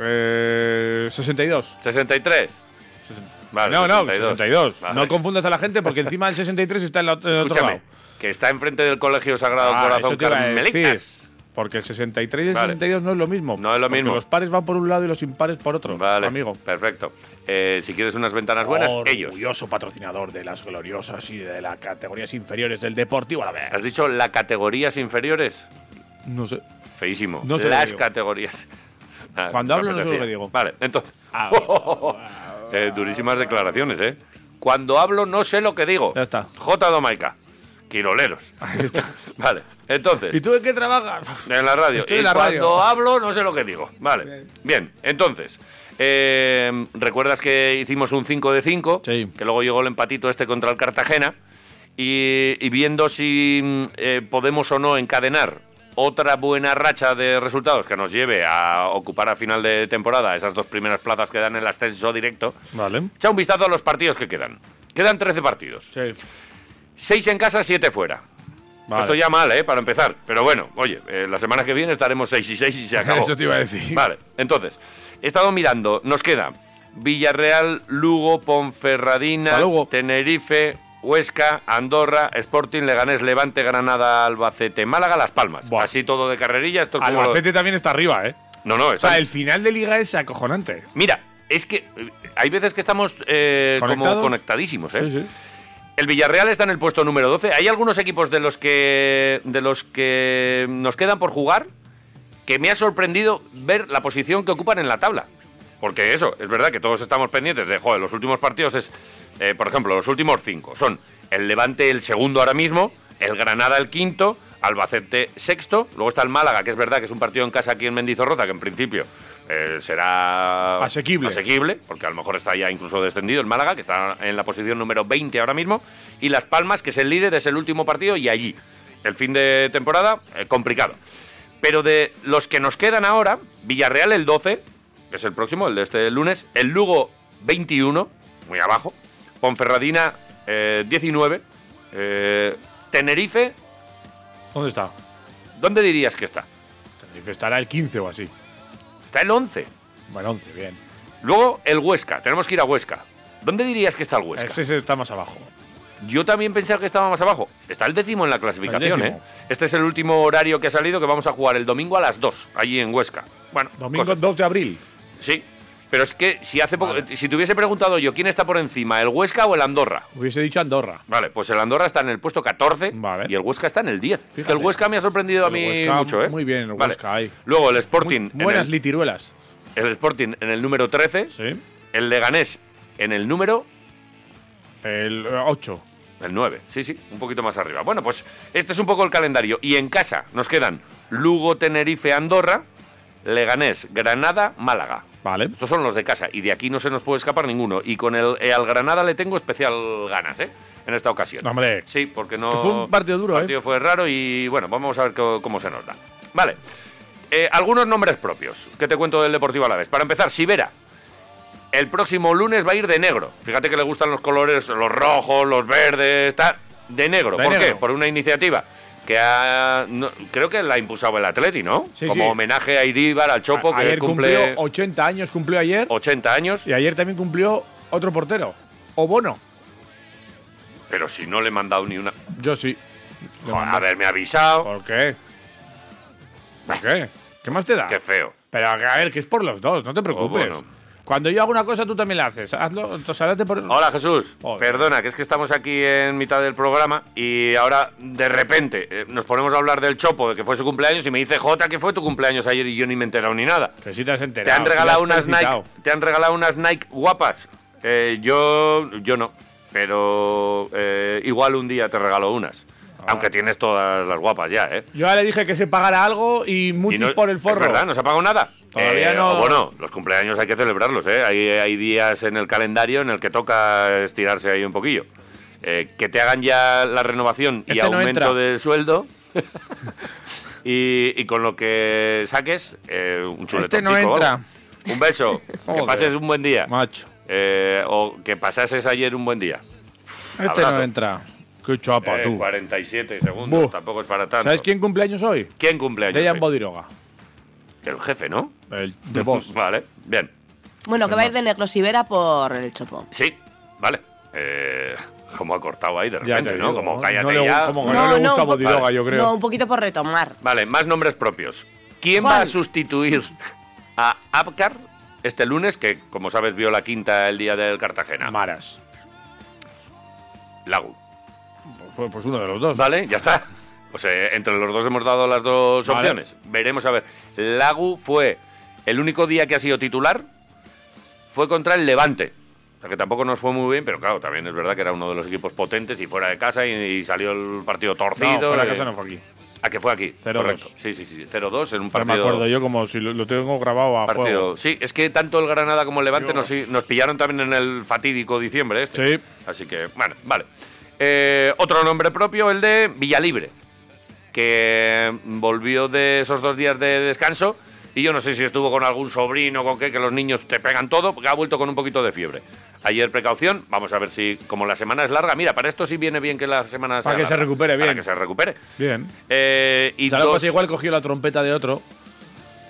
[SPEAKER 3] Eh, 62.
[SPEAKER 2] 63. Vale,
[SPEAKER 3] no, no,
[SPEAKER 2] 62.
[SPEAKER 3] 62.
[SPEAKER 2] Vale.
[SPEAKER 3] No confundas a la gente porque encima el 63 está en, la, en el otro
[SPEAKER 2] Escúchame,
[SPEAKER 3] lado.
[SPEAKER 2] que está enfrente del Colegio Sagrado
[SPEAKER 3] Ah,
[SPEAKER 2] Corazón
[SPEAKER 3] eso te iba a
[SPEAKER 2] Carmelitas.
[SPEAKER 3] decir, Porque el 63 y el
[SPEAKER 2] Vale.
[SPEAKER 3] 62 no es lo mismo.
[SPEAKER 2] No es lo
[SPEAKER 3] porque
[SPEAKER 2] mismo.
[SPEAKER 3] Los pares van por un lado y los impares por otro.
[SPEAKER 2] Vale,
[SPEAKER 3] Amigo.
[SPEAKER 2] perfecto. Eh, si quieres unas ventanas buenas, ellos.
[SPEAKER 3] Orgulloso patrocinador de las gloriosas y de las categorías inferiores del Deportivo a la
[SPEAKER 2] ¿Has dicho las categorías inferiores?
[SPEAKER 3] No sé.
[SPEAKER 2] Feísimo.
[SPEAKER 3] No sé lo que
[SPEAKER 2] las
[SPEAKER 3] digo.
[SPEAKER 2] categorías. Ah,
[SPEAKER 3] Cuando
[SPEAKER 2] me
[SPEAKER 3] hablo no sé lo
[SPEAKER 2] apetecía.
[SPEAKER 3] que digo. Ah,
[SPEAKER 2] Vale, entonces. Eh, durísimas declaraciones, ¿eh? Cuando hablo no sé lo que digo.
[SPEAKER 3] Ya está.
[SPEAKER 2] J. Domaica. Quiroleros. vale, entonces.
[SPEAKER 3] ¿Y tú en qué trabajas?
[SPEAKER 2] En la radio.
[SPEAKER 3] Estoy
[SPEAKER 2] Y
[SPEAKER 3] en la radio.
[SPEAKER 2] Cuando hablo, no sé lo que digo. Vale. Bien, entonces. eh, ¿Recuerdas que hicimos un 5 de 5?
[SPEAKER 3] Sí.
[SPEAKER 2] Que luego llegó el empatito este contra el Cartagena. Y, y viendo si mm, eh, podemos o no encadenar otra buena racha de resultados que nos lleve a ocupar a final de temporada esas dos primeras plazas que dan el ascenso directo,
[SPEAKER 3] Vale.
[SPEAKER 2] echa un vistazo a los partidos que quedan. Quedan 13 partidos.
[SPEAKER 3] Sí.
[SPEAKER 2] 6 en casa, 7 fuera.
[SPEAKER 3] Vale.
[SPEAKER 2] Esto ya mal, ¿eh? Para empezar. Pero bueno, oye, eh, la semana que viene estaremos 6 y 6 y se acabó.
[SPEAKER 3] Eso te iba a decir.
[SPEAKER 2] Vale, entonces, he estado mirando, nos queda Villarreal, Lugo, Ponferradina,
[SPEAKER 3] Hasta luego.
[SPEAKER 2] Tenerife, Huesca, Andorra, Sporting, Leganés, Levante, Granada, Albacete, Málaga, Las Palmas.
[SPEAKER 3] Buah.
[SPEAKER 2] Así todo de carrerilla, esto es como lo-
[SPEAKER 3] Albacete también está arriba, ¿eh?
[SPEAKER 2] No, no,
[SPEAKER 3] O sea,
[SPEAKER 2] están-
[SPEAKER 3] el final de liga es acojonante.
[SPEAKER 2] Mira, es que eh, hay veces que estamos eh, como
[SPEAKER 3] ¿Conectados?
[SPEAKER 2] conectadísimos, ¿eh?
[SPEAKER 3] Sí, sí.
[SPEAKER 2] El Villarreal está en el puesto número 12. Hay algunos equipos de los que de los que nos quedan por jugar que me ha sorprendido ver la posición que ocupan en la tabla. Porque eso, es verdad que todos estamos pendientes de, joder, los últimos partidos es, eh, por ejemplo, los últimos cinco son el Levante el segundo ahora mismo, el Granada el quinto, Albacete sexto, luego está el Málaga, que es verdad que es un partido en casa aquí en Mendizorroza, que en principio eh, será
[SPEAKER 3] Asequible.
[SPEAKER 2] asequible, porque a lo mejor está ya incluso descendido el Málaga, que está en la posición número 20 ahora mismo, y Las Palmas, que es el líder, es el último partido, y allí, el fin de temporada, eh, complicado. Pero de los que nos quedan ahora, Villarreal el 12, que es el próximo, el de este lunes, el Lugo 21, muy abajo, Ponferradina eh, 19, eh, Tenerife,
[SPEAKER 3] ¿Dónde está?
[SPEAKER 2] ¿dónde dirías que está?
[SPEAKER 3] Tenerife estará el 15 o así.
[SPEAKER 2] Está el 11.
[SPEAKER 3] Bueno, 11, bien.
[SPEAKER 2] Luego el Huesca, tenemos que ir a Huesca. ¿Dónde dirías que está el Huesca?
[SPEAKER 3] Este se está más abajo.
[SPEAKER 2] Yo también pensaba que estaba más abajo. Está el décimo en la clasificación,
[SPEAKER 3] décimo.
[SPEAKER 2] ¿eh? Este es el último horario que ha salido, que vamos a jugar el domingo a las 2, allí en Huesca. Bueno,
[SPEAKER 3] Domingo
[SPEAKER 2] cosas.
[SPEAKER 3] 2 de abril.
[SPEAKER 2] Sí, pero es que si hace poco, si te hubiese preguntado yo quién está por encima, el Huesca o el Andorra.
[SPEAKER 3] Hubiese dicho Andorra.
[SPEAKER 2] Vale, pues el Andorra está en el puesto 14
[SPEAKER 3] Vale.
[SPEAKER 2] y el Huesca está en el 10. Es que el
[SPEAKER 3] Fíjate.
[SPEAKER 2] Huesca me ha sorprendido a
[SPEAKER 3] El
[SPEAKER 2] mí
[SPEAKER 3] Huesca,
[SPEAKER 2] mucho, ¿eh?
[SPEAKER 3] muy bien, el
[SPEAKER 2] Vale.
[SPEAKER 3] Huesca ahí.
[SPEAKER 2] Luego el Sporting,
[SPEAKER 3] Muy
[SPEAKER 2] en
[SPEAKER 3] buenas
[SPEAKER 2] el-
[SPEAKER 3] litiruelas.
[SPEAKER 2] el, Sporting en el número 13,
[SPEAKER 3] Sí.
[SPEAKER 2] el Leganés en el número
[SPEAKER 3] El 8.
[SPEAKER 2] El 9, sí, sí, un poquito más arriba. Bueno, pues este es un poco el calendario. Y en casa nos quedan Lugo, Tenerife, Andorra, Leganés, Granada, Málaga.
[SPEAKER 3] Vale.
[SPEAKER 2] Estos son los de casa y de aquí no se nos puede escapar ninguno. Y con el eh, al Granada le tengo especial ganas, ¿eh? En esta ocasión.
[SPEAKER 3] No, hombre.
[SPEAKER 2] Sí, porque no.
[SPEAKER 3] Que fue un partido duro, ¿eh?
[SPEAKER 2] partido fue raro y bueno, vamos a ver co- cómo se nos da. Vale. Eh, algunos nombres propios que te cuento del Deportivo Alavés. Para empezar, Sibera. El próximo lunes va a ir de negro. Fíjate que le gustan los colores, los rojos, los verdes, tal. De negro.
[SPEAKER 3] De
[SPEAKER 2] ¿Por
[SPEAKER 3] negro.
[SPEAKER 2] qué? Por una iniciativa que ha, no- creo que la ha impulsado el Atleti, ¿no?
[SPEAKER 3] Sí,
[SPEAKER 2] Como
[SPEAKER 3] sí.
[SPEAKER 2] homenaje a Iríbar, al Chopo, que
[SPEAKER 3] ayer
[SPEAKER 2] cumple
[SPEAKER 3] cumplió 80 años, cumplió ayer.
[SPEAKER 2] 80 años.
[SPEAKER 3] Y ayer también cumplió otro portero. O Bono.
[SPEAKER 2] Pero si no le he mandado ni una.
[SPEAKER 3] Yo sí. Le
[SPEAKER 2] Joder,
[SPEAKER 3] mandé.
[SPEAKER 2] haberme avisado.
[SPEAKER 3] ¿Por qué? ¿Por qué? ¿Qué más te da?
[SPEAKER 2] Qué feo.
[SPEAKER 3] Pero a ver, que es por los dos, no te
[SPEAKER 2] O
[SPEAKER 3] preocupes.
[SPEAKER 2] bueno.
[SPEAKER 3] Cuando yo hago una cosa, tú también la haces. Hazlo, entonces, date por.
[SPEAKER 2] Hola Jesús,
[SPEAKER 3] Hola.
[SPEAKER 2] perdona, que es que estamos aquí en mitad del programa y ahora de repente eh, nos ponemos a hablar del chopo, de que fue su cumpleaños y me dice Jota que fue tu cumpleaños ayer y yo ni me he enterado ni nada.
[SPEAKER 3] Que si te has enterado.
[SPEAKER 2] Te han
[SPEAKER 3] sí
[SPEAKER 2] regalado
[SPEAKER 3] has
[SPEAKER 2] unas Nike,
[SPEAKER 3] felicitado.
[SPEAKER 2] te han regalado unas Nike guapas. Eh, yo, yo no, pero eh, igual un día te regalo unas,
[SPEAKER 3] Ah.
[SPEAKER 2] aunque tienes todas las guapas ya, ¿eh?
[SPEAKER 3] Yo ya le dije que se pagara algo y
[SPEAKER 2] Y
[SPEAKER 3] muchos
[SPEAKER 2] no-
[SPEAKER 3] por el
[SPEAKER 2] Es
[SPEAKER 3] forro.
[SPEAKER 2] verdad, no se ha pagado nada.
[SPEAKER 3] Todavía
[SPEAKER 2] Eh,
[SPEAKER 3] no-
[SPEAKER 2] o Bueno, los cumpleaños hay que celebrarlos, ¿eh? Hay, hay días en el calendario en el que toca estirarse ahí un poquillo. Eh, que te hagan ya la renovación y
[SPEAKER 3] Este no
[SPEAKER 2] aumento
[SPEAKER 3] entra.
[SPEAKER 2] de sueldo. y, y con lo que saques, eh, un chuletoncito.
[SPEAKER 6] Este no entra.
[SPEAKER 2] vamos. Un beso. que
[SPEAKER 3] Joder.
[SPEAKER 2] pases un buen día.
[SPEAKER 3] Macho.
[SPEAKER 2] Eh, o que pasases ayer un buen día.
[SPEAKER 3] Este
[SPEAKER 2] Abrazo.
[SPEAKER 3] no entra. Qué chapa,
[SPEAKER 2] Eh,
[SPEAKER 3] tú.
[SPEAKER 2] 47 segundos,
[SPEAKER 3] Buh.
[SPEAKER 2] tampoco es para tanto.
[SPEAKER 3] ¿Sabes quién cumpleaños hoy?
[SPEAKER 2] ¿Quién cumpleaños?
[SPEAKER 3] Dejan
[SPEAKER 2] hoy?
[SPEAKER 3] Bodiroga.
[SPEAKER 2] El jefe, ¿no?
[SPEAKER 3] El de vos.
[SPEAKER 2] Vale, bien.
[SPEAKER 5] Bueno, que va a ir de Negrosibera por el Chopo.
[SPEAKER 2] Sí, vale. Eh, como ha cortado ahí de
[SPEAKER 3] Ya
[SPEAKER 2] repente,
[SPEAKER 3] te
[SPEAKER 2] ¿no?
[SPEAKER 3] digo,
[SPEAKER 2] Como
[SPEAKER 3] ¿no?
[SPEAKER 2] cállate
[SPEAKER 3] No le gu-
[SPEAKER 2] ya.
[SPEAKER 3] como- Bueno, no le gusta
[SPEAKER 5] un po-
[SPEAKER 3] Bodiroga, yo creo.
[SPEAKER 5] No, un poquito por retomar.
[SPEAKER 2] Vale, más nombres propios. ¿Quién
[SPEAKER 5] Juan.
[SPEAKER 2] va a sustituir a Apcar este lunes, que como sabes vio la quinta el día del Cartagena?
[SPEAKER 3] Maras.
[SPEAKER 2] Lagu.
[SPEAKER 3] Pues, pues uno de los dos.
[SPEAKER 2] Vale, ya está. Pues eh, entre los dos hemos dado las dos
[SPEAKER 3] Vale.
[SPEAKER 2] opciones. Veremos a ver. Lagu fue el único día que ha sido titular, fue contra el Levante. O sea que tampoco nos fue muy bien, pero claro, también es verdad que era uno de los equipos potentes y fuera de casa y, y salió el partido torcido.
[SPEAKER 3] No, fuera
[SPEAKER 2] eh,
[SPEAKER 3] de casa no fue aquí.
[SPEAKER 2] ¿A que fue aquí?
[SPEAKER 3] 0-2.
[SPEAKER 2] Correcto. Sí, sí, sí. 0-2 en un
[SPEAKER 3] No me
[SPEAKER 2] partido.
[SPEAKER 3] acuerdo yo como si lo, lo tengo grabado a
[SPEAKER 2] partido.
[SPEAKER 3] fuego.
[SPEAKER 2] Sí, es que tanto el Granada como el Levante
[SPEAKER 3] Dios.
[SPEAKER 2] nos, nos pillaron también en el fatídico diciembre. Este.
[SPEAKER 3] Sí.
[SPEAKER 2] Así que, bueno, vale. Eh, otro nombre propio, el de Villalibre, que volvió de esos dos días de descanso. Y yo no sé si estuvo con algún sobrino, con qué, que los niños te pegan todo, porque ha vuelto con un poquito de fiebre. Ayer precaución, vamos a ver si, como la semana es larga, mira, para esto sí viene bien que la semana sea
[SPEAKER 3] que se
[SPEAKER 2] larga,
[SPEAKER 3] recupere
[SPEAKER 2] Para
[SPEAKER 3] bien.
[SPEAKER 2] que se recupere.
[SPEAKER 3] Bien.
[SPEAKER 2] Eh, y,
[SPEAKER 3] Ya lo que
[SPEAKER 2] dos-
[SPEAKER 3] pasa, pues igual cogió la trompeta de otro.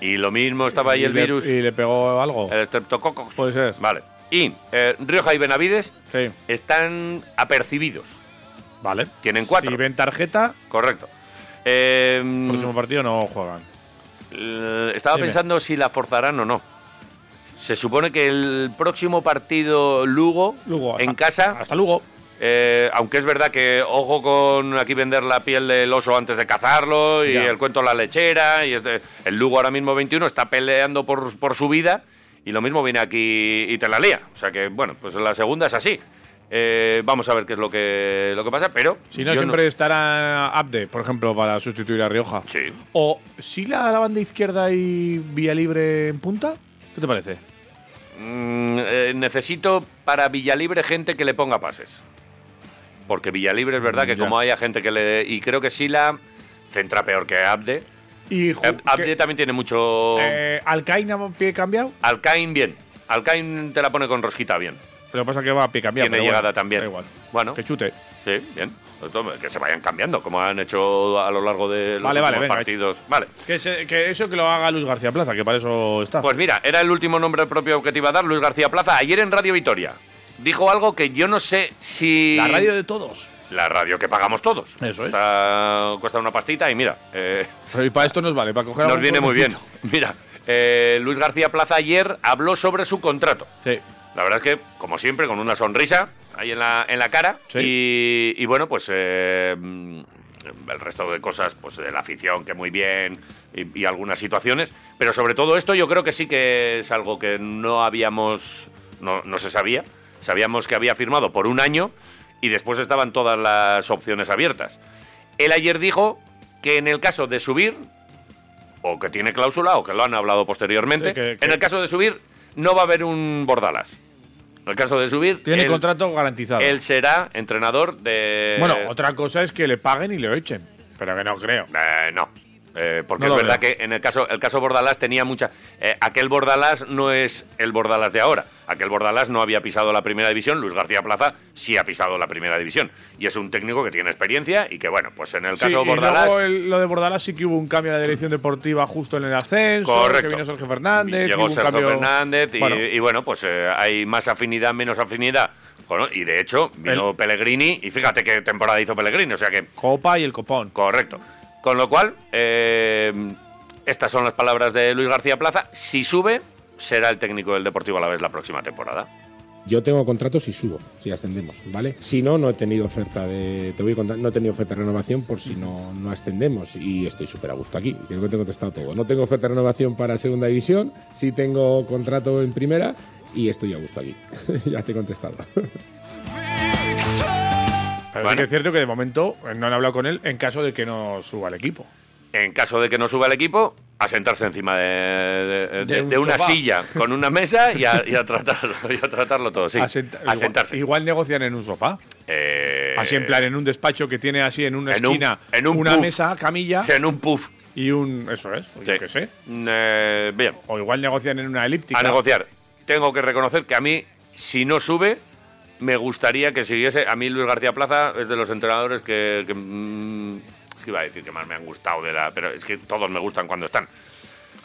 [SPEAKER 2] y lo mismo estaba ahí
[SPEAKER 3] y
[SPEAKER 2] el
[SPEAKER 3] le-
[SPEAKER 2] virus. Eh,
[SPEAKER 3] Y le pegó algo.
[SPEAKER 2] El Streptococcus.
[SPEAKER 3] Puede ser.
[SPEAKER 2] Vale. Y eh, Rioja y Benavides
[SPEAKER 3] Sí.
[SPEAKER 2] están apercibidos.
[SPEAKER 3] Vale.
[SPEAKER 2] Tienen cuatro.
[SPEAKER 3] Si ven tarjeta,
[SPEAKER 2] Correcto. Eh,
[SPEAKER 3] próximo partido no juegan.
[SPEAKER 2] l- estaba
[SPEAKER 3] Dime.
[SPEAKER 2] pensando si la forzarán o no. Se supone que el próximo partido Lugo,
[SPEAKER 3] Lugo.
[SPEAKER 2] en
[SPEAKER 3] hasta-
[SPEAKER 2] casa,
[SPEAKER 3] Hasta luego.
[SPEAKER 2] eh, aunque es verdad que ojo con aquí vender la piel del oso antes de cazarlo y
[SPEAKER 3] Ya.
[SPEAKER 2] el cuento de la lechera. y este- El Lugo ahora mismo 21 está peleando por, por su vida y lo mismo viene aquí y te la lía. O sea que, bueno, pues la segunda es así. Eh, vamos a ver qué es lo que, lo que pasa, pero...
[SPEAKER 3] Si no,
[SPEAKER 2] yo
[SPEAKER 3] siempre estará Abde, por ejemplo, para sustituir a Rioja.
[SPEAKER 2] Sí.
[SPEAKER 3] O si la, la banda izquierda y vía libre en punta, ¿qué te parece?
[SPEAKER 2] Mm, eh, necesito para Villalibre gente que le ponga pases. Porque Villalibre es verdad que
[SPEAKER 3] Ya.
[SPEAKER 2] como haya gente que le... Y creo que Sila centra peor que Abde.
[SPEAKER 3] Y ju-
[SPEAKER 2] Ab- Eh, Abde
[SPEAKER 3] que-
[SPEAKER 2] también tiene mucho...
[SPEAKER 3] eh, Alcaina a pie cambiado,
[SPEAKER 2] Alcaín bien. Alcaín te la pone con rosquita bien.
[SPEAKER 3] pero pasa que va a pie cambiado.
[SPEAKER 2] Tiene
[SPEAKER 3] pero bueno,
[SPEAKER 2] llegada también.
[SPEAKER 3] da igual.
[SPEAKER 2] Bueno,
[SPEAKER 3] Que chute.
[SPEAKER 2] sí, bien. Pues toma, Que se vayan cambiando, como han hecho a lo largo de los
[SPEAKER 3] Vale, vale,
[SPEAKER 2] últimos
[SPEAKER 3] venga,
[SPEAKER 2] partidos. Vale.
[SPEAKER 3] Que, se- que eso que lo haga Luis García Plaza, que para eso está.
[SPEAKER 2] Pues mira, era el último nombre propio que te iba a dar, Luis García Plaza, ayer en Radio Vitoria. Dijo algo que yo no sé si.
[SPEAKER 3] la radio de todos.
[SPEAKER 2] La radio que pagamos todos.
[SPEAKER 3] Eso es.
[SPEAKER 2] Está- cuesta una pastita y mira, eh,
[SPEAKER 3] Pero y para esto nos vale, para coger
[SPEAKER 2] nos
[SPEAKER 3] algún
[SPEAKER 2] viene muy bien.
[SPEAKER 3] conocito.
[SPEAKER 2] Mira, eh, Luis García Plaza ayer habló sobre su contrato.
[SPEAKER 3] Sí.
[SPEAKER 2] La verdad es que, como siempre, con una sonrisa ahí en la, en la cara.
[SPEAKER 3] Sí.
[SPEAKER 2] Y, y bueno, pues eh, mm, el resto de cosas, pues de la afición, que muy bien, y, y algunas situaciones. Pero sobre todo esto, yo creo que sí que es algo que no habíamos, no, no se sabía. Sabíamos que había firmado por un año y después estaban todas las opciones abiertas. Él ayer dijo que en el caso de subir, o que tiene cláusula, o que lo han hablado posteriormente,
[SPEAKER 3] Sí, que- que-
[SPEAKER 2] en el caso de subir no va a haber un Bordalas. En el eh, caso de subir,
[SPEAKER 3] Tiene
[SPEAKER 2] él,
[SPEAKER 3] contrato garantizado.
[SPEAKER 2] él será entrenador de...
[SPEAKER 3] bueno, otra cosa es que le paguen y le echen. Pero que no creo.
[SPEAKER 2] Eh, no. Eh, porque
[SPEAKER 3] No lo
[SPEAKER 2] es verdad
[SPEAKER 3] veo.
[SPEAKER 2] que en el caso, el caso Bordalás tenía mucha. eh, aquel Bordalás no es el Bordalás de ahora. Aquel Bordalás no había pisado la primera división. Luis García Plaza sí ha pisado la primera división. Y es un técnico que tiene experiencia y que, bueno, pues en el
[SPEAKER 3] Sí,
[SPEAKER 2] caso
[SPEAKER 3] y
[SPEAKER 2] Bordalás.
[SPEAKER 3] luego el- lo de Bordalás sí que hubo un cambio de la dirección deportiva justo en el ascenso.
[SPEAKER 2] Correcto.
[SPEAKER 3] Que vino Sergio Fernández.
[SPEAKER 2] Llegó
[SPEAKER 3] hubo un
[SPEAKER 2] Sergio
[SPEAKER 3] cambio-
[SPEAKER 2] Fernández y y
[SPEAKER 3] Bueno.
[SPEAKER 2] bueno, pues eh, hay más afinidad, menos afinidad. Bueno, y de hecho, vino Pellegrini y fíjate qué temporada hizo Pellegrini. O sea que,
[SPEAKER 3] Copa y el copón.
[SPEAKER 2] correcto. Con lo cual, eh, estas son las palabras de Luis García Plaza. Si sube, será el técnico del Deportivo a la vez la próxima temporada.
[SPEAKER 6] Yo tengo contratos y subo, si ascendemos, ¿vale? Si no, no he tenido oferta de. Te voy a contar, no he tenido oferta de renovación por si no, no ascendemos. Y estoy súper a gusto aquí. Creo que te he contestado todo. No tengo oferta de renovación para segunda división, sí tengo contrato en primera y estoy a gusto aquí. ya te he contestado.
[SPEAKER 3] Pero sí
[SPEAKER 2] Bueno.
[SPEAKER 3] que es cierto que de momento eh, no han hablado con él en caso de que no suba el equipo.
[SPEAKER 2] En caso de que no suba el equipo, a sentarse encima de, de- de-
[SPEAKER 3] De un
[SPEAKER 2] de una
[SPEAKER 3] sofá.
[SPEAKER 2] silla con una mesa y a, y a tratarlo, y a tratarlo todo, sí. A,
[SPEAKER 3] A senta- igual-
[SPEAKER 2] sentarse.
[SPEAKER 3] Igual, negocian en un sofá.
[SPEAKER 2] Eh,
[SPEAKER 3] Así en plan, en un despacho que tiene así en una
[SPEAKER 2] en un-
[SPEAKER 3] esquina
[SPEAKER 2] en un
[SPEAKER 3] una
[SPEAKER 2] pub.
[SPEAKER 3] mesa, camilla
[SPEAKER 2] En un puff.
[SPEAKER 3] y un. Eso es, o Pues yo
[SPEAKER 2] Sí.
[SPEAKER 3] qué sé.
[SPEAKER 2] Eh, bien,
[SPEAKER 3] O igual negocian en una elíptica.
[SPEAKER 2] a negociar. Tengo que reconocer que a mí, si no sube, me gustaría que siguiese. A mí Luis García Plaza es de los entrenadores que... que, mm, es que iba a decir que más me han gustado de la... Pero es que todos me gustan cuando están.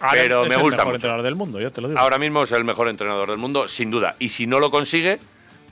[SPEAKER 3] Ahora
[SPEAKER 2] pero
[SPEAKER 3] es
[SPEAKER 2] me
[SPEAKER 3] el
[SPEAKER 2] gusta
[SPEAKER 3] mejor
[SPEAKER 2] mucho.
[SPEAKER 3] entrenador del mundo, ya te lo digo.
[SPEAKER 2] Ahora mismo es el mejor entrenador del mundo, sin duda. Y si no lo consigue,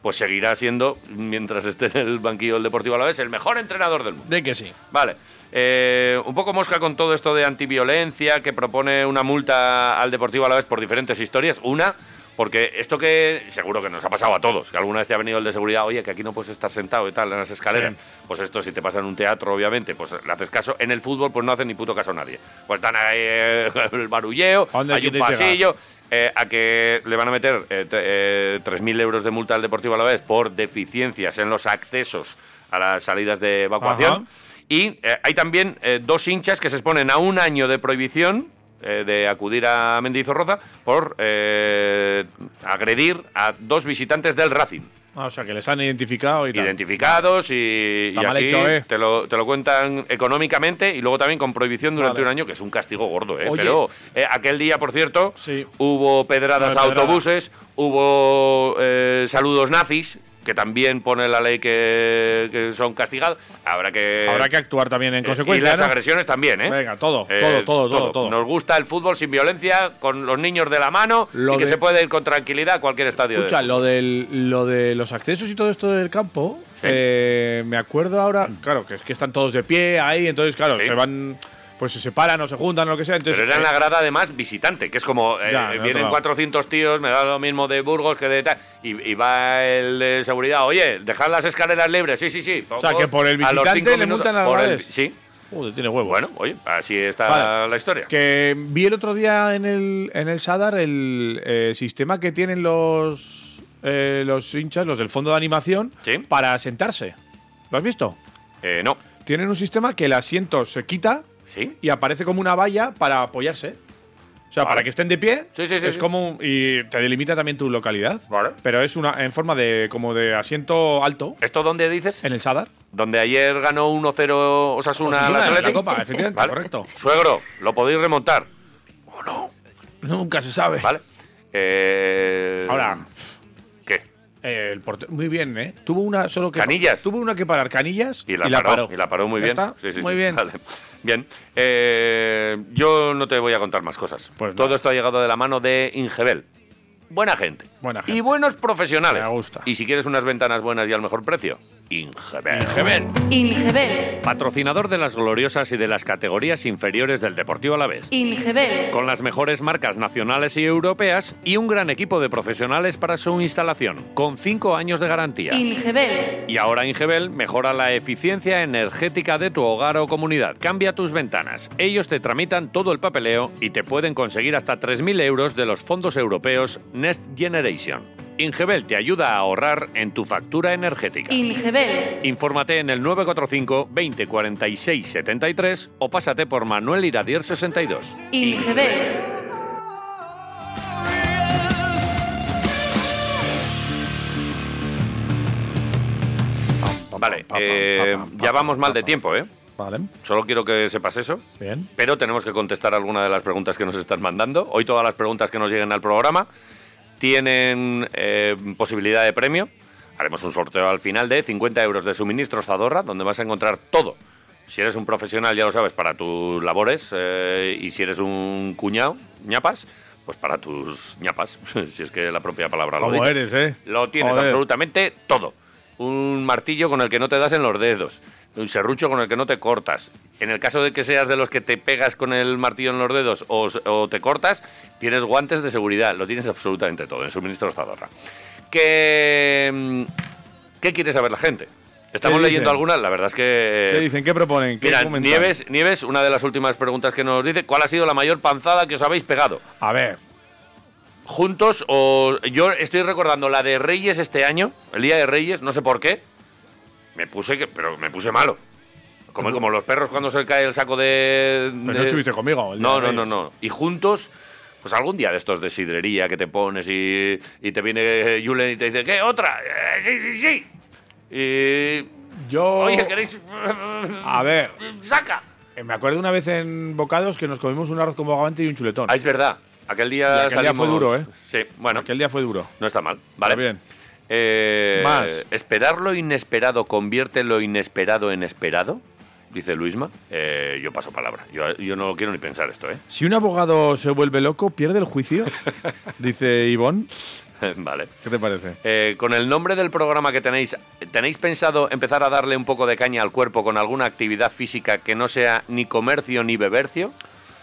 [SPEAKER 2] pues seguirá siendo, mientras esté en el banquillo del Deportivo Alavés, el mejor entrenador del mundo.
[SPEAKER 3] de que sí.
[SPEAKER 2] Vale. Eh, un poco mosca con todo esto de antiviolencia, que propone una multa al Deportivo Alavés por diferentes historias. Una, porque esto que seguro que nos ha pasado a todos, que alguna vez te ha venido el de seguridad, oye, que aquí no puedes estar sentado y tal, en las escaleras. Pues esto, si te pasa en un teatro, obviamente, pues le haces caso. En el fútbol, pues no hacen ni puto caso a nadie. Pues están ahí eh, el barulleo,
[SPEAKER 3] ¿A dónde
[SPEAKER 2] hay un
[SPEAKER 3] quieres llegar?
[SPEAKER 2] pasillo. eh, a que le van a meter eh, tre- eh, 3.000 euros de multa al Deportivo Alavés por deficiencias en los accesos a las salidas de evacuación.
[SPEAKER 3] Ajá.
[SPEAKER 2] Y eh, hay también eh, dos hinchas que se exponen a un año de prohibición eh, de acudir a Mendizorroza por eh, agredir a dos visitantes del Racing.
[SPEAKER 3] Ah, o sea, que les han identificado y tal.
[SPEAKER 2] Identificados y,
[SPEAKER 3] Está
[SPEAKER 2] y
[SPEAKER 3] mal
[SPEAKER 2] aquí
[SPEAKER 3] hecho, ¿eh?
[SPEAKER 2] te, lo, te lo cuentan económicamente y luego también con prohibición durante
[SPEAKER 3] Vale.
[SPEAKER 2] un año, que es un castigo gordo. ¿eh?
[SPEAKER 3] Oye.
[SPEAKER 2] Pero eh, aquel día, por cierto,
[SPEAKER 3] Sí.
[SPEAKER 2] hubo pedradas
[SPEAKER 3] Una
[SPEAKER 2] a
[SPEAKER 3] pedrada.
[SPEAKER 2] autobuses, hubo eh, saludos nazis, que también pone la ley que, que son castigados. Habrá que,
[SPEAKER 3] Habrá que actuar también en
[SPEAKER 2] eh,
[SPEAKER 3] consecuencia.
[SPEAKER 2] Y las
[SPEAKER 3] ¿no?
[SPEAKER 2] agresiones también, ¿eh?
[SPEAKER 3] Venga, todo,
[SPEAKER 2] Eh,
[SPEAKER 3] todo, todo, todo, todo.
[SPEAKER 2] Nos gusta el fútbol sin violencia, con los niños de la mano
[SPEAKER 3] Lo
[SPEAKER 2] y que
[SPEAKER 3] de-
[SPEAKER 2] se puede ir con tranquilidad a cualquier estadio. de
[SPEAKER 3] Escucha,
[SPEAKER 2] fútbol.
[SPEAKER 3] lo, del, lo de los accesos y todo esto del campo, eh, me acuerdo ahora, claro, que es que están todos de pie ahí, entonces, claro,
[SPEAKER 2] Sí.
[SPEAKER 3] se van, pues se separan o se juntan o lo que sea. Entonces,
[SPEAKER 2] Pero era en la
[SPEAKER 3] eh,
[SPEAKER 2] grada, además, visitante, que es como eh,
[SPEAKER 3] Ya, en otro
[SPEAKER 2] vienen
[SPEAKER 3] lado.
[SPEAKER 2] 400 tíos, me da lo mismo de Burgos que de tal. Y, y va el de seguridad, oye, dejad las escaleras libres. Sí, sí, sí.
[SPEAKER 3] O sea, que por el
[SPEAKER 2] A los
[SPEAKER 3] visitante
[SPEAKER 2] cinco
[SPEAKER 3] le
[SPEAKER 2] minutos-
[SPEAKER 3] multan al
[SPEAKER 2] por el-
[SPEAKER 3] revés.
[SPEAKER 2] Sí.
[SPEAKER 3] joder, tiene huevos.
[SPEAKER 2] Bueno, oye, así está
[SPEAKER 3] Vale.
[SPEAKER 2] la historia.
[SPEAKER 3] Que vi el otro día en el, en el Sadar el eh, sistema que tienen los, eh, los hinchas, los del fondo de animación,
[SPEAKER 2] Sí.
[SPEAKER 3] para sentarse. ¿Lo has visto?
[SPEAKER 2] Eh, no,
[SPEAKER 3] Tienen un sistema que el asiento se quita
[SPEAKER 2] sí.
[SPEAKER 3] y aparece como una valla para apoyarse. O sea,
[SPEAKER 2] Vale.
[SPEAKER 3] para que estén de pie.
[SPEAKER 2] Sí, sí, sí,
[SPEAKER 3] es
[SPEAKER 2] sí.
[SPEAKER 3] como un- y te delimita también tu localidad.
[SPEAKER 2] Vale.
[SPEAKER 3] Pero es una en forma de como de asiento alto
[SPEAKER 2] ¿Esto dónde dices?
[SPEAKER 3] en el Sadar.
[SPEAKER 2] Donde ayer ganó 1-0 Osasuna al
[SPEAKER 3] Osasuna en la
[SPEAKER 2] Atlético.
[SPEAKER 3] Copa, efectivamente, correcto.
[SPEAKER 2] Suegro, lo podéis remontar,
[SPEAKER 3] Nunca se sabe.
[SPEAKER 2] ¿vale? Eh,
[SPEAKER 3] Ahora,
[SPEAKER 2] ¿Qué?
[SPEAKER 3] eh, el portero- muy bien, ¿eh? Tuvo una solo que
[SPEAKER 2] Canillas.
[SPEAKER 3] Tuvo una que parar canillas
[SPEAKER 2] Y la, paró, Y la paró muy
[SPEAKER 3] ¿Ya
[SPEAKER 2] bien.
[SPEAKER 3] está?
[SPEAKER 2] Sí, sí,
[SPEAKER 3] muy
[SPEAKER 2] sí,
[SPEAKER 3] bien.
[SPEAKER 2] vale. Bien. Eh, yo no te voy a contar más cosas.
[SPEAKER 3] Pues
[SPEAKER 2] Todo
[SPEAKER 3] no.
[SPEAKER 2] esto ha llegado de la mano de Ingebel. Buena gente.
[SPEAKER 3] Buena
[SPEAKER 2] Y
[SPEAKER 3] gente.
[SPEAKER 2] buenos profesionales.
[SPEAKER 3] Me gusta.
[SPEAKER 2] Y si quieres unas ventanas buenas y al mejor precio, Ingebel.
[SPEAKER 3] Ingebel.
[SPEAKER 7] Ingebel,
[SPEAKER 2] Patrocinador de las gloriosas y de las categorías inferiores del Deportivo Alavés.
[SPEAKER 7] Ingebel,
[SPEAKER 2] Con las mejores marcas nacionales y europeas y un gran equipo de profesionales para su instalación, con 5 años de garantía.
[SPEAKER 7] Ingebel,
[SPEAKER 2] Y ahora Ingebel mejora la eficiencia energética de tu hogar o comunidad. Cambia tus ventanas. Ellos te tramitan todo el papeleo y te pueden conseguir hasta 3.000 euros de los fondos europeos Next Generation. Ingebel te ayuda a ahorrar en tu factura energética.
[SPEAKER 7] Ingebel,
[SPEAKER 2] Infórmate en el 945 20 46 73 o pásate por Manuel Iradier 62.
[SPEAKER 7] Ingebel,
[SPEAKER 2] Vale, eh, ya vamos mal de tiempo, ¿eh?
[SPEAKER 3] Vale.
[SPEAKER 2] Solo quiero que sepas eso.
[SPEAKER 3] Bien.
[SPEAKER 2] pero tenemos que contestar alguna de las preguntas que nos están mandando. Hoy todas las preguntas que nos lleguen al programa tienen eh, posibilidad de premio. Haremos un sorteo al final de 50 euros de suministros Zadorra, donde vas a encontrar todo. Si eres un profesional, ya lo sabes, para tus labores, eh, y si eres un cuñado, ñapas, pues para tus ñapas, si es que la propia palabra lo
[SPEAKER 3] Como
[SPEAKER 2] dice.
[SPEAKER 3] eres, ¿eh?
[SPEAKER 2] Lo tienes
[SPEAKER 3] Joder.
[SPEAKER 2] absolutamente todo. Un martillo con el que no te das en los dedos. un serrucho con el que no te cortas. En el caso de que seas de los que te pegas con el martillo en los dedos o, s- o te cortas, tienes guantes de seguridad. Lo tienes absolutamente todo en suministros Zadorra. ¿Qué, mm, ¿Qué quiere saber la gente? Estamos
[SPEAKER 3] ¿Qué dicen?
[SPEAKER 2] leyendo algunas, la verdad es que...
[SPEAKER 3] ¿Qué dicen? ¿Qué proponen? ¿Qué
[SPEAKER 2] Mira,
[SPEAKER 3] comentan?
[SPEAKER 2] Nieves, Nieves, una de las últimas preguntas que nos dice, ¿cuál ha sido la mayor panzada que os habéis pegado?
[SPEAKER 3] A ver,
[SPEAKER 2] juntos o yo estoy recordando la de Reyes este año, el día de Reyes, no sé por qué. Me puse que pero me puse malo. Como, como los perros cuando se cae el saco de,
[SPEAKER 3] pero
[SPEAKER 2] de-
[SPEAKER 3] no estuviste conmigo. el día
[SPEAKER 2] No,
[SPEAKER 3] de
[SPEAKER 2] no, no,
[SPEAKER 3] Reyes.
[SPEAKER 2] no. Y juntos pues algún día de estos de sidrería que te pones y, y te viene Julen y te dice, "¿Qué otra?" "Eh, sí, sí, sí. Y
[SPEAKER 3] Yo.
[SPEAKER 2] oye, ¿queréis
[SPEAKER 3] Oh. A ver,
[SPEAKER 2] saca?
[SPEAKER 3] eh, me acuerdo una vez en Bocados que nos comimos un arroz con bogavante y un chuletón.
[SPEAKER 2] Ah, es verdad. Aquel día
[SPEAKER 3] Y aquel día fue
[SPEAKER 2] salimos-
[SPEAKER 3] duro, ¿eh?
[SPEAKER 2] Sí, bueno.
[SPEAKER 3] Aquel día fue duro.
[SPEAKER 2] No está mal, ¿vale?
[SPEAKER 3] Está bien.
[SPEAKER 2] Eh,
[SPEAKER 3] Más.
[SPEAKER 2] Esperar lo inesperado convierte lo inesperado en esperado, dice Luisma. Eh, yo paso palabra. Yo, yo no quiero ni pensar esto, ¿eh?
[SPEAKER 3] Si un abogado se vuelve loco, pierde el juicio, dice Ivón.
[SPEAKER 2] vale.
[SPEAKER 3] ¿Qué te parece?
[SPEAKER 2] Eh, con el nombre del programa que tenéis, ¿tenéis pensado empezar a darle un poco de caña al cuerpo con alguna actividad física que no sea ni comercio ni bebercio?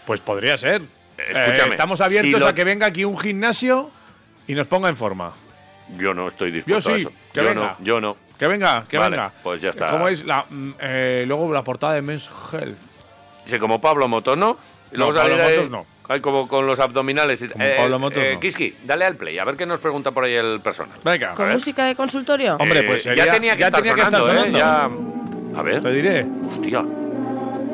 [SPEAKER 3] Pues podría ser.
[SPEAKER 2] escúchame,
[SPEAKER 3] estamos abiertos
[SPEAKER 2] si lo-
[SPEAKER 3] a que venga aquí un gimnasio y nos ponga en forma.
[SPEAKER 2] Yo no estoy dispuesto
[SPEAKER 3] Yo
[SPEAKER 2] a
[SPEAKER 3] sí,
[SPEAKER 2] eso.
[SPEAKER 3] que
[SPEAKER 2] yo
[SPEAKER 3] venga.
[SPEAKER 2] no, yo no.
[SPEAKER 3] Que venga, que
[SPEAKER 2] Vale,
[SPEAKER 3] venga.
[SPEAKER 2] pues ya está.
[SPEAKER 3] Como es la, mm, eh, luego la portada de Men's Health.
[SPEAKER 2] Sí, como Pablo Motono. Y
[SPEAKER 3] No,
[SPEAKER 2] luego
[SPEAKER 3] Pablo
[SPEAKER 2] salir ahí-
[SPEAKER 3] Motos no.
[SPEAKER 2] ahí como con los abdominales. y-
[SPEAKER 3] Como Pablo Motos no.
[SPEAKER 2] Kiski, dale al play, a ver qué nos pregunta por ahí el personal.
[SPEAKER 3] Venga,
[SPEAKER 5] ¿Con
[SPEAKER 2] ver.
[SPEAKER 5] música de consultorio?
[SPEAKER 3] Hombre, pues
[SPEAKER 2] Eh, ya
[SPEAKER 3] sería-
[SPEAKER 2] tenía que
[SPEAKER 3] ya
[SPEAKER 2] estar
[SPEAKER 3] tenía que estar
[SPEAKER 2] sonando, ¿eh?
[SPEAKER 3] sonando.
[SPEAKER 2] Ya- A
[SPEAKER 3] te
[SPEAKER 2] ver,
[SPEAKER 3] diré.
[SPEAKER 2] hostia.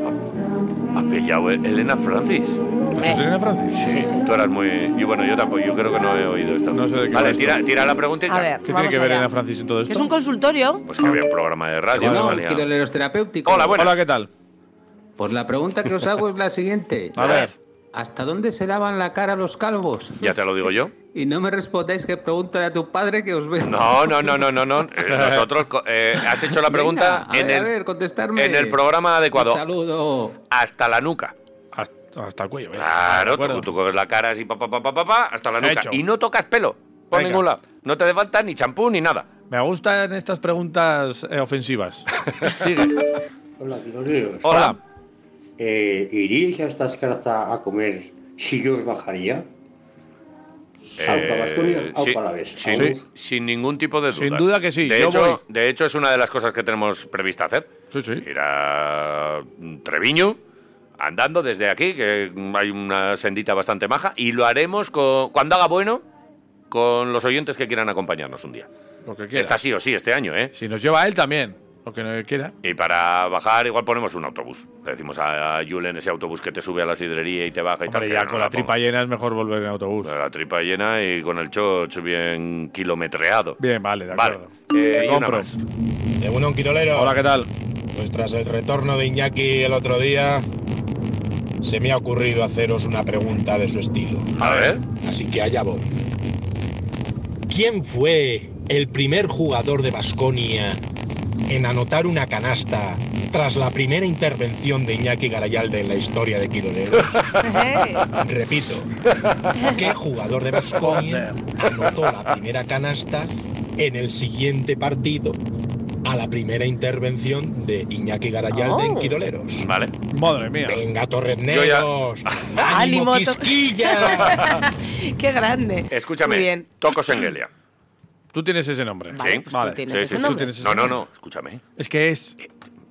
[SPEAKER 2] Ha, ha pillado E- Elena Francis.
[SPEAKER 3] ¿Esto es Elena Francis?
[SPEAKER 5] Eh. Sí, sí.
[SPEAKER 2] Tú eras muy. Yo, bueno, yo tampoco, yo creo que no he oído esto.
[SPEAKER 3] No sé de qué va
[SPEAKER 2] Vale,
[SPEAKER 3] esto.
[SPEAKER 2] tira, tira la pregunta y
[SPEAKER 5] A ver.
[SPEAKER 3] ¿Qué tiene
[SPEAKER 5] Vamos
[SPEAKER 3] que ver
[SPEAKER 5] allá.
[SPEAKER 3] Elena Francis en todo esto?
[SPEAKER 5] Es un consultorio.
[SPEAKER 2] Pues que había un programa de radio.
[SPEAKER 3] Hola,
[SPEAKER 2] no
[SPEAKER 8] Hola,
[SPEAKER 2] valía.
[SPEAKER 8] quiroleros terapéuticos.
[SPEAKER 2] Hola, buenas.
[SPEAKER 3] Hola, ¿qué tal?
[SPEAKER 8] Pues la pregunta que os hago es la siguiente.
[SPEAKER 3] A ver.
[SPEAKER 8] ¿Hasta dónde se lavan la cara los calvos?
[SPEAKER 2] Ya te lo digo yo.
[SPEAKER 8] Y no me respondáis que pregúntale a tu padre que os veo.
[SPEAKER 2] No, no, no, no, no, no. Eh, Nosotros co- eh, has hecho la pregunta
[SPEAKER 8] Venga, a
[SPEAKER 2] en,
[SPEAKER 8] ver,
[SPEAKER 2] el,
[SPEAKER 8] a ver, contestarme.
[SPEAKER 2] en el programa adecuado.
[SPEAKER 8] Un saludo.
[SPEAKER 2] Hasta la nuca.
[SPEAKER 3] Hasta, hasta el cuello. venga. De
[SPEAKER 2] Claro,
[SPEAKER 3] acuerdo.
[SPEAKER 2] tú, tú coges la cara así, pa, pa, pa, pa, pa, pa, hasta la nuca.
[SPEAKER 3] Hecho.
[SPEAKER 2] Y no tocas pelo por
[SPEAKER 3] Venga.
[SPEAKER 2] ningún lado. No te hace falta ni champú ni nada.
[SPEAKER 3] Me gustan estas preguntas eh, ofensivas.
[SPEAKER 2] Sigue.
[SPEAKER 9] Hola, tironeros.
[SPEAKER 2] Hola.
[SPEAKER 9] Eh, ¿Iríais hasta Escarza a comer si yo os bajaría? Aupa Baskonia,
[SPEAKER 2] Eh, sí,
[SPEAKER 9] aupa Alavés.
[SPEAKER 2] sin,
[SPEAKER 9] Agur.
[SPEAKER 2] sin ningún tipo de duda.
[SPEAKER 3] Sin duda que sí,
[SPEAKER 2] De,
[SPEAKER 3] yo voy.
[SPEAKER 2] hecho, de hecho, es una de las cosas que tenemos prevista hacer.
[SPEAKER 3] Sí, sí.
[SPEAKER 2] Ir a Treviño andando desde aquí, que hay una sendita bastante maja, y lo haremos con- cuando haga bueno con los oyentes que quieran acompañarnos un día.
[SPEAKER 3] Lo que quiera.
[SPEAKER 2] Está sí o sí este año, ¿eh?
[SPEAKER 3] Si nos lleva él también, lo que no quiera.
[SPEAKER 2] Y para bajar, igual ponemos un autobús. Le decimos a Julen ese autobús que te sube a la sidrería y te baja y
[SPEAKER 3] Hombre,
[SPEAKER 2] tal. que
[SPEAKER 3] ya
[SPEAKER 2] no
[SPEAKER 3] con la tripa
[SPEAKER 2] ponga.
[SPEAKER 3] llena es mejor volver en autobús.
[SPEAKER 2] La tripa llena y con el chocho bien kilometreado.
[SPEAKER 3] Bien, vale, de
[SPEAKER 2] Vale.
[SPEAKER 3] acuerdo.
[SPEAKER 2] Eh,
[SPEAKER 3] Te
[SPEAKER 2] y una
[SPEAKER 3] compro.
[SPEAKER 2] más.
[SPEAKER 10] De uno un quirolero.
[SPEAKER 3] Hola, ¿qué tal?
[SPEAKER 10] Pues tras el retorno de Iñaki el otro día, se me ha ocurrido haceros una pregunta de su estilo.
[SPEAKER 2] A ver.
[SPEAKER 10] Así que allá voy. ¿Quién fue el primer jugador de Basconia en anotar una canasta tras la primera intervención de Iñaki Garayalde en la historia de Quiroleros?
[SPEAKER 5] Ey.
[SPEAKER 10] Repito, ¿qué jugador de Basconia anotó la primera canasta en el siguiente partido a la primera intervención de Iñaki Garayalde en
[SPEAKER 5] Oh.
[SPEAKER 10] Quiroleros?
[SPEAKER 2] Vale.
[SPEAKER 3] Madre mía.
[SPEAKER 10] Venga, Torreneros,
[SPEAKER 5] Ánimo,
[SPEAKER 10] ánimo,
[SPEAKER 5] to-
[SPEAKER 10] Quisquilla.
[SPEAKER 5] Qué grande.
[SPEAKER 2] Escúchame.
[SPEAKER 5] Muy bien.
[SPEAKER 2] Toco Sengelia.
[SPEAKER 3] Tú tienes ese nombre.
[SPEAKER 5] Vale, pues tú tienes ese
[SPEAKER 3] Tú
[SPEAKER 5] nombre.
[SPEAKER 3] tienes ese
[SPEAKER 2] No, no,
[SPEAKER 3] nombre.
[SPEAKER 2] no. Escúchame.
[SPEAKER 3] Es que es.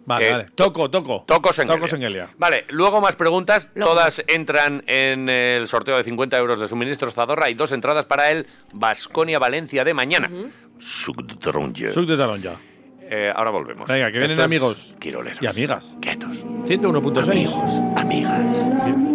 [SPEAKER 3] Vale,
[SPEAKER 2] Eh,
[SPEAKER 3] vale. Toco, toco.
[SPEAKER 2] Toco Sengelia.
[SPEAKER 3] Toco Sengelia.
[SPEAKER 2] Vale. Luego más preguntas.
[SPEAKER 5] Luego
[SPEAKER 2] Todas entran en el sorteo de 50 euros de suministros Zadorra y dos entradas para el Basconia Valencia de mañana. Sugdrunje.
[SPEAKER 3] Sub de talón ya.
[SPEAKER 2] Eh, ahora volvemos.
[SPEAKER 3] Venga, que vienen
[SPEAKER 2] es
[SPEAKER 3] amigos.
[SPEAKER 2] Quiroleros.
[SPEAKER 3] Y amigas.
[SPEAKER 2] Quietos.
[SPEAKER 3] 101.6.
[SPEAKER 2] Amigos, amigas.
[SPEAKER 3] Bien.